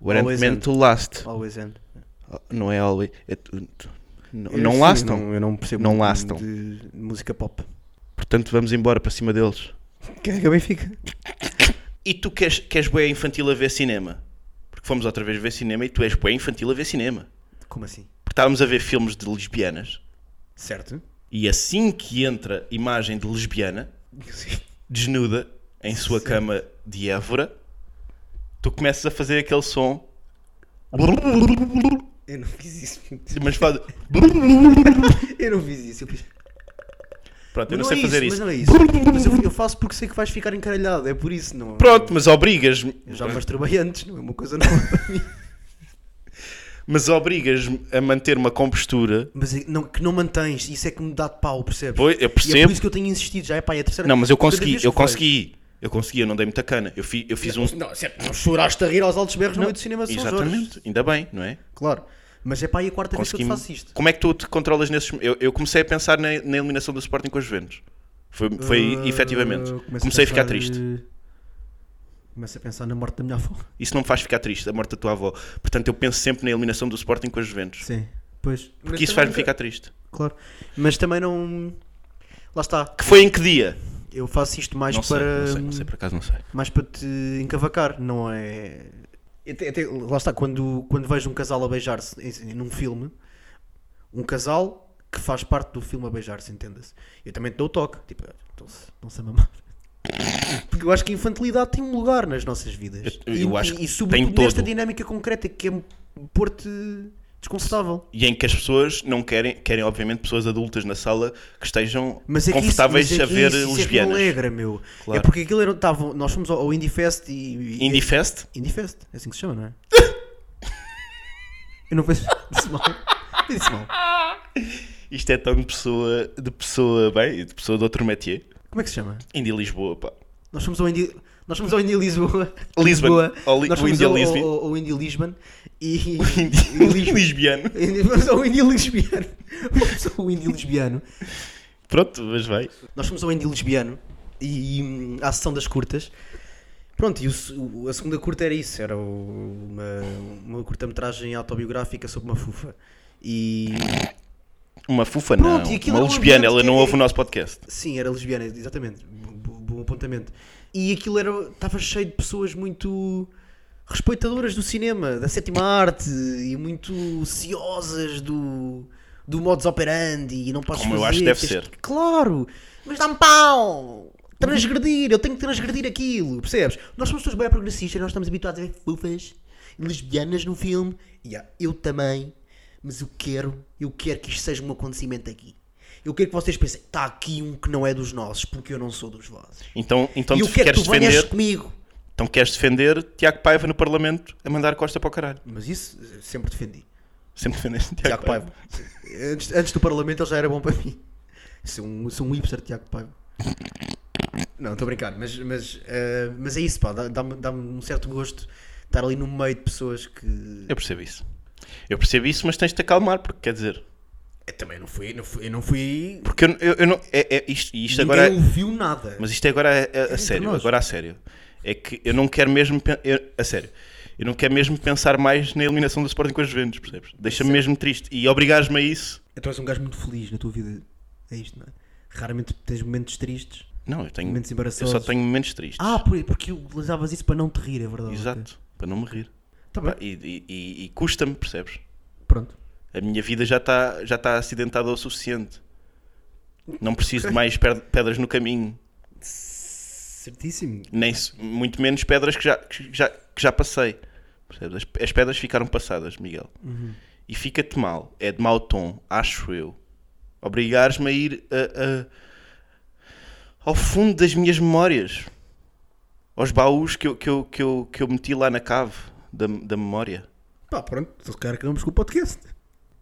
[SPEAKER 3] Weren't
[SPEAKER 4] Always
[SPEAKER 3] meant
[SPEAKER 4] end.
[SPEAKER 3] to last.
[SPEAKER 4] Always end.
[SPEAKER 3] Não é always. é tu- tu- não
[SPEAKER 4] Eu,
[SPEAKER 3] não
[SPEAKER 4] sim,
[SPEAKER 3] lastam.
[SPEAKER 4] assim, Não, é. eu não percebo
[SPEAKER 3] Não
[SPEAKER 4] muito
[SPEAKER 3] lastam.
[SPEAKER 4] de música pop.
[SPEAKER 3] Portanto, vamos embora para cima deles. é
[SPEAKER 4] Carrega Benfica.
[SPEAKER 3] E tu queres, queres boé infantil a ver cinema? Porque fomos outra vez ver cinema e tu és boé infantil a ver cinema.
[SPEAKER 4] Como assim?
[SPEAKER 3] Porque estávamos a ver filmes de lesbianas
[SPEAKER 4] Certo?
[SPEAKER 3] e assim que entra imagem de lesbiana, desnuda, em sua cama de Évora, tu começas a fazer aquele som.
[SPEAKER 4] Eu não fiz isso.
[SPEAKER 3] Mas faz.
[SPEAKER 4] Eu não fiz isso. Eu fiz...
[SPEAKER 3] Pronto, eu não,
[SPEAKER 4] Mas
[SPEAKER 3] sei
[SPEAKER 4] é
[SPEAKER 3] fazer
[SPEAKER 4] isso,
[SPEAKER 3] isso.
[SPEAKER 4] Mas não é isso. mas eu, eu faço porque sei que vais ficar encaralhado. É por isso, não.
[SPEAKER 3] Pronto, mas obrigas-me.
[SPEAKER 4] Eu já me masturbei antes, não é uma coisa nova para mim.
[SPEAKER 3] Mas obrigas-me a manter uma compostura.
[SPEAKER 4] Mas é- não, que não mantens, isso é que me dá de pau, percebes?
[SPEAKER 3] Pois, eu
[SPEAKER 4] E é
[SPEAKER 3] percebo.
[SPEAKER 4] por isso que eu tenho insistido, já é pá, é a terceira
[SPEAKER 3] Não, mas eu
[SPEAKER 4] cada
[SPEAKER 3] consegui,
[SPEAKER 4] vez que
[SPEAKER 3] eu
[SPEAKER 4] vejo.
[SPEAKER 3] consegui. Eu consegui, eu não dei muita cana. Eu, fi- eu fiz um.
[SPEAKER 4] Não, certo, não choraste a rir aos altos berros no meio do cinema são as horas.
[SPEAKER 3] Exatamente, ainda bem, não é?
[SPEAKER 4] Claro. Mas é pá, aí a quarta vez que eu te
[SPEAKER 3] Consegui-me-
[SPEAKER 4] faço isto.
[SPEAKER 3] Como é que tu te controlas nesses. Eu, eu comecei a pensar na, na eliminação do Sporting com os Juventus. Foi, foi
[SPEAKER 4] Ah,
[SPEAKER 3] efetivamente.
[SPEAKER 4] começo
[SPEAKER 3] Comecei a ficar
[SPEAKER 4] pensar,
[SPEAKER 3] triste.
[SPEAKER 4] eh, Começo a pensar na morte da minha avó.
[SPEAKER 3] Isso não me faz ficar triste, a morte da tua avó. Portanto, eu penso sempre na eliminação do Sporting com os Juventus.
[SPEAKER 4] Sim, pois.
[SPEAKER 3] Porque isso faz-me ficar triste.
[SPEAKER 4] Claro. Mas também não. Lá está.
[SPEAKER 3] Que foi em que dia?
[SPEAKER 4] Eu faço isto mais
[SPEAKER 3] não, sei,
[SPEAKER 4] para. hum,
[SPEAKER 3] não sei, não sei, por acaso não sei.
[SPEAKER 4] mais para te encavacar, não é? Até- até- lá está, quando, quando vejo um casal a beijar-se em- num filme, um casal que faz parte do filme a beijar-se, entenda-se. Eu também te dou o toque, tipo, estão-se estão-se a mamar. Porque eu acho que a infantilidade tem um lugar nas nossas vidas.
[SPEAKER 3] Eu-
[SPEAKER 4] e,
[SPEAKER 3] eu acho
[SPEAKER 4] e-
[SPEAKER 3] que
[SPEAKER 4] e
[SPEAKER 3] tem
[SPEAKER 4] sobretudo
[SPEAKER 3] todo.
[SPEAKER 4] nesta dinâmica concreta que é pôr-te desconfortável.
[SPEAKER 3] E em que as pessoas não querem, querem obviamente pessoas adultas na sala que estejam
[SPEAKER 4] Mas é que isso,
[SPEAKER 3] confortáveis
[SPEAKER 4] mas é que
[SPEAKER 3] a ver
[SPEAKER 4] isso, isso é que me
[SPEAKER 3] lesbianas.
[SPEAKER 4] alegra, meu.
[SPEAKER 3] Claro.
[SPEAKER 4] É porque aquilo era, tava, nós fomos ao, ao Indie Fest e, e-
[SPEAKER 3] Indie Fest?
[SPEAKER 4] Indifest, é assim que se chama, não é? Eu não penso. Disse mal. Eu Disse mal.
[SPEAKER 3] Isto é tão de pessoa, de pessoa bem, de pessoa de outro métier.
[SPEAKER 4] Como é que se chama?
[SPEAKER 3] Indy Lisboa, pá.
[SPEAKER 4] Nós fomos ao Indy. Nós fomos ao Indy Lisboa.
[SPEAKER 3] Lisbon. Ao li-
[SPEAKER 4] Nós
[SPEAKER 3] o
[SPEAKER 4] fomos
[SPEAKER 3] Indy
[SPEAKER 4] ao,
[SPEAKER 3] Lisbon.
[SPEAKER 4] ao, ao Indy Lisbon e.
[SPEAKER 3] Indy Lisbiano.
[SPEAKER 4] Indy- Fomos ao Indy Lisbiano. Fomos ao Indy Lisbiano.
[SPEAKER 3] Pronto, mas vai.
[SPEAKER 4] Nós fomos ao Indy Lisbiano e, hum, à sessão das curtas. Pronto, e o se- o- a segunda curta era isso, era o- uma, uma curta-metragem autobiográfica sobre uma fufa. E
[SPEAKER 3] Uma fufa
[SPEAKER 4] Pronto, e
[SPEAKER 3] não,
[SPEAKER 4] aquilo
[SPEAKER 3] uma
[SPEAKER 4] é um
[SPEAKER 3] lesbiana,
[SPEAKER 4] ambiente
[SPEAKER 3] ela
[SPEAKER 4] que
[SPEAKER 3] não
[SPEAKER 4] é-
[SPEAKER 3] ouve o nosso podcast.
[SPEAKER 4] Sim, era lesbiana, exatamente. Bo- bo- Bom apontamento. E aquilo era estava cheio de pessoas muito respeitadoras do cinema, da sétima arte e muito ciosas do, do modus operandi e não posso
[SPEAKER 3] Como eu
[SPEAKER 4] fazer.
[SPEAKER 3] acho que deve
[SPEAKER 4] tens-
[SPEAKER 3] ser.
[SPEAKER 4] Claro, mas dá-me pau! Transgredir, eu tenho que transgredir aquilo, percebes? Nós somos pessoas bem progressistas, nós estamos habituados a ver fufas e lesbianas no filme. E há, eu também, mas eu quero, eu quero que isto seja um acontecimento aqui. Eu quero que vocês pensem, está aqui um que não é dos nossos, porque eu não sou dos vossos.
[SPEAKER 3] Então, então
[SPEAKER 4] e eu
[SPEAKER 3] tu
[SPEAKER 4] quero
[SPEAKER 3] queres
[SPEAKER 4] que tu venhas
[SPEAKER 3] defender,
[SPEAKER 4] comigo.
[SPEAKER 3] então queres defender Tiago Paiva no Parlamento a mandar Costa para o caralho.
[SPEAKER 4] Mas isso eh, sempre defendi.
[SPEAKER 3] Sempre defendeste Tiago,
[SPEAKER 4] Tiago Paiva. Antes, antes do Parlamento ele já era bom para mim. Sou um, sou um hipster de Tiago Paiva. Não, estou a brincar, mas, mas, eh, mas é isso, pá, dá- dá-me dá-me um certo gosto estar ali no meio de pessoas que.
[SPEAKER 3] Eu percebo isso. Eu percebo isso, mas tens de te acalmar, porque quer dizer.
[SPEAKER 4] Eu eh, também não fui, não fui, eu não fui.
[SPEAKER 3] Porque eu, eu- eu não. É, é isto, e isto
[SPEAKER 4] Ninguém
[SPEAKER 3] agora.
[SPEAKER 4] ouviu nada.
[SPEAKER 3] Mas isto é agora a- a, a
[SPEAKER 4] entre
[SPEAKER 3] sério,
[SPEAKER 4] nós.
[SPEAKER 3] agora a sério. É que eu não quero mesmo. pen- eu- a sério. Eu não quero mesmo pensar mais na eliminação do Sporting com as Juventus, percebes? Deixa-me mesmo triste. E obrigares-me a isso.
[SPEAKER 4] Então és um gajo muito feliz na tua vida. É isto, não é? Raramente tens momentos tristes.
[SPEAKER 3] Não, eu tenho.
[SPEAKER 4] Momentos
[SPEAKER 3] Eu
[SPEAKER 4] embaraçosos.
[SPEAKER 3] só tenho momentos tristes.
[SPEAKER 4] Ah, por- porque utilizavas isso para não te rir, é verdade.
[SPEAKER 3] Exato.
[SPEAKER 4] ok.
[SPEAKER 3] Para não me rir.
[SPEAKER 4] Tá
[SPEAKER 3] Pá,
[SPEAKER 4] bem.
[SPEAKER 3] E, e- e- e custa-me, percebes?
[SPEAKER 4] Pronto.
[SPEAKER 3] A minha vida já está já tá acidentada o suficiente. Não preciso de mais per- pedras no caminho.
[SPEAKER 4] Certíssimo.
[SPEAKER 3] Nem, se- muito menos pedras que já, que já, que já passei. Percebes? As, as pedras ficaram passadas, Miguel. E fica-te mal. É de mau tom, acho eu. Obrigares-me a ir a- a- ao fundo das minhas memórias. Aos baús que eu, que eu, que eu, que eu meti lá na cave da, da memória.
[SPEAKER 4] Pá, pronto. Se calhar acabamos com o podcast.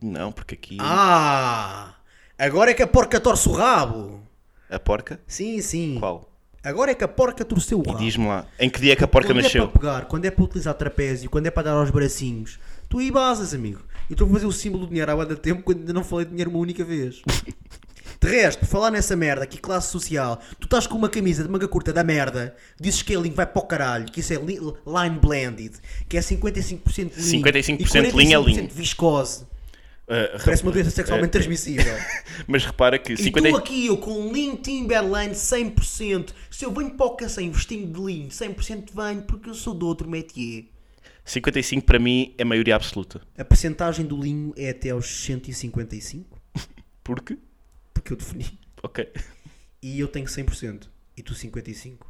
[SPEAKER 3] Não, porque aqui
[SPEAKER 4] Ah! Agora é que a porca torce o rabo.
[SPEAKER 3] a porca.
[SPEAKER 4] Sim, sim.
[SPEAKER 3] Qual?
[SPEAKER 4] Agora é que a porca torceu o
[SPEAKER 3] E
[SPEAKER 4] rabo.
[SPEAKER 3] diz-me lá, em que dia é que a porca
[SPEAKER 4] quando
[SPEAKER 3] nasceu?
[SPEAKER 4] é para pegar, quando é para utilizar trapézio, quando é para dar aos bracinhos, tu aí basas, amigo. Eu estou a fazer o símbolo do dinheiro há bué de tempo quando ainda não falei de dinheiro uma única vez. De resto, por falar nessa merda, que classe social, tu estás com uma camisa de manga curta da merda, dizes que é link, vai para o caralho, que isso é li- line blended, que é 55% lean
[SPEAKER 3] 55%
[SPEAKER 4] e
[SPEAKER 3] lean é lean.
[SPEAKER 4] 45% viscose.
[SPEAKER 3] Ah,
[SPEAKER 4] Parece
[SPEAKER 3] rap-
[SPEAKER 4] uma doença sexualmente transmissível.
[SPEAKER 3] Ah, Mas repara que
[SPEAKER 4] E
[SPEAKER 3] 50...
[SPEAKER 4] tu aqui, eu com um Lean Timberline 100%, se eu venho para o cacém vestindo de Lean 100% venho porque eu sou do outro métier.
[SPEAKER 3] 55 para mim é maioria absoluta.
[SPEAKER 4] A percentagem do Lean é até aos 155,
[SPEAKER 3] Porque?
[SPEAKER 4] porque eu defini,
[SPEAKER 3] Ok.
[SPEAKER 4] e eu tenho 100%, e tu 55%.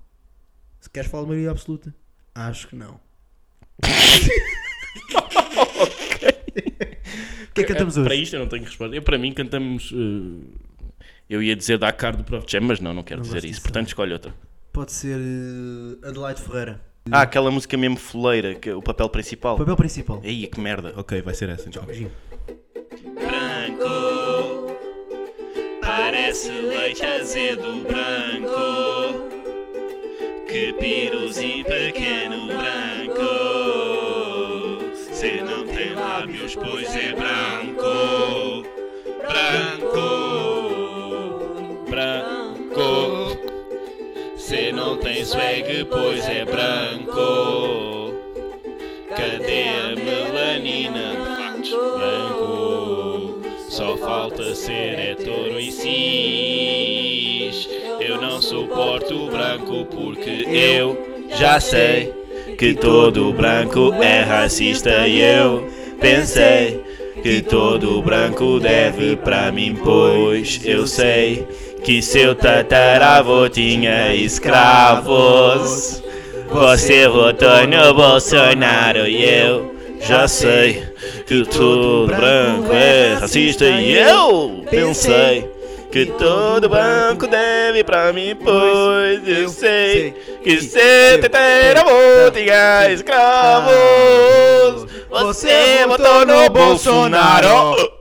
[SPEAKER 4] Se queres falar de maioria absoluta? Acho que não. O que é que cantamos
[SPEAKER 7] Para
[SPEAKER 4] hoje?
[SPEAKER 7] isto eu não tenho resposta. Eu, para mim, cantamos. eh, eu ia dizer Dakar do Prof Jam, mas não, não quero
[SPEAKER 4] Não
[SPEAKER 7] dizer
[SPEAKER 4] gosto
[SPEAKER 7] isso.
[SPEAKER 4] disso,
[SPEAKER 7] Portanto, escolhe outra.
[SPEAKER 4] Pode ser eh, Adelaide Ferreira.
[SPEAKER 3] Ah, aquela música mesmo foleira, que é o papel principal.
[SPEAKER 4] Papel principal.
[SPEAKER 3] Aí, que merda. Ok, vai ser essa. então.
[SPEAKER 4] Beijinho.
[SPEAKER 7] Branco, parece leite azedo branco, que piruzinho pequeno branco, se não tem lábios, pois é branco, branco, branco, se não tem swag, pois é branco. Cadê a melanina? Branco, só falta ser é touro e cis. Eu não suporto o branco porque eu já sei que todo branco é racista e eu pensei que todo branco deve pra mim, pois eu sei que seu tataravô tinha escravos. Você votou no Bolsonaro e eu já sei que todo branco é racista e eu pensei que todo branco deve pra mim, pois eu sei que se tentarão tinha escravos. Você votou no Bolsonaro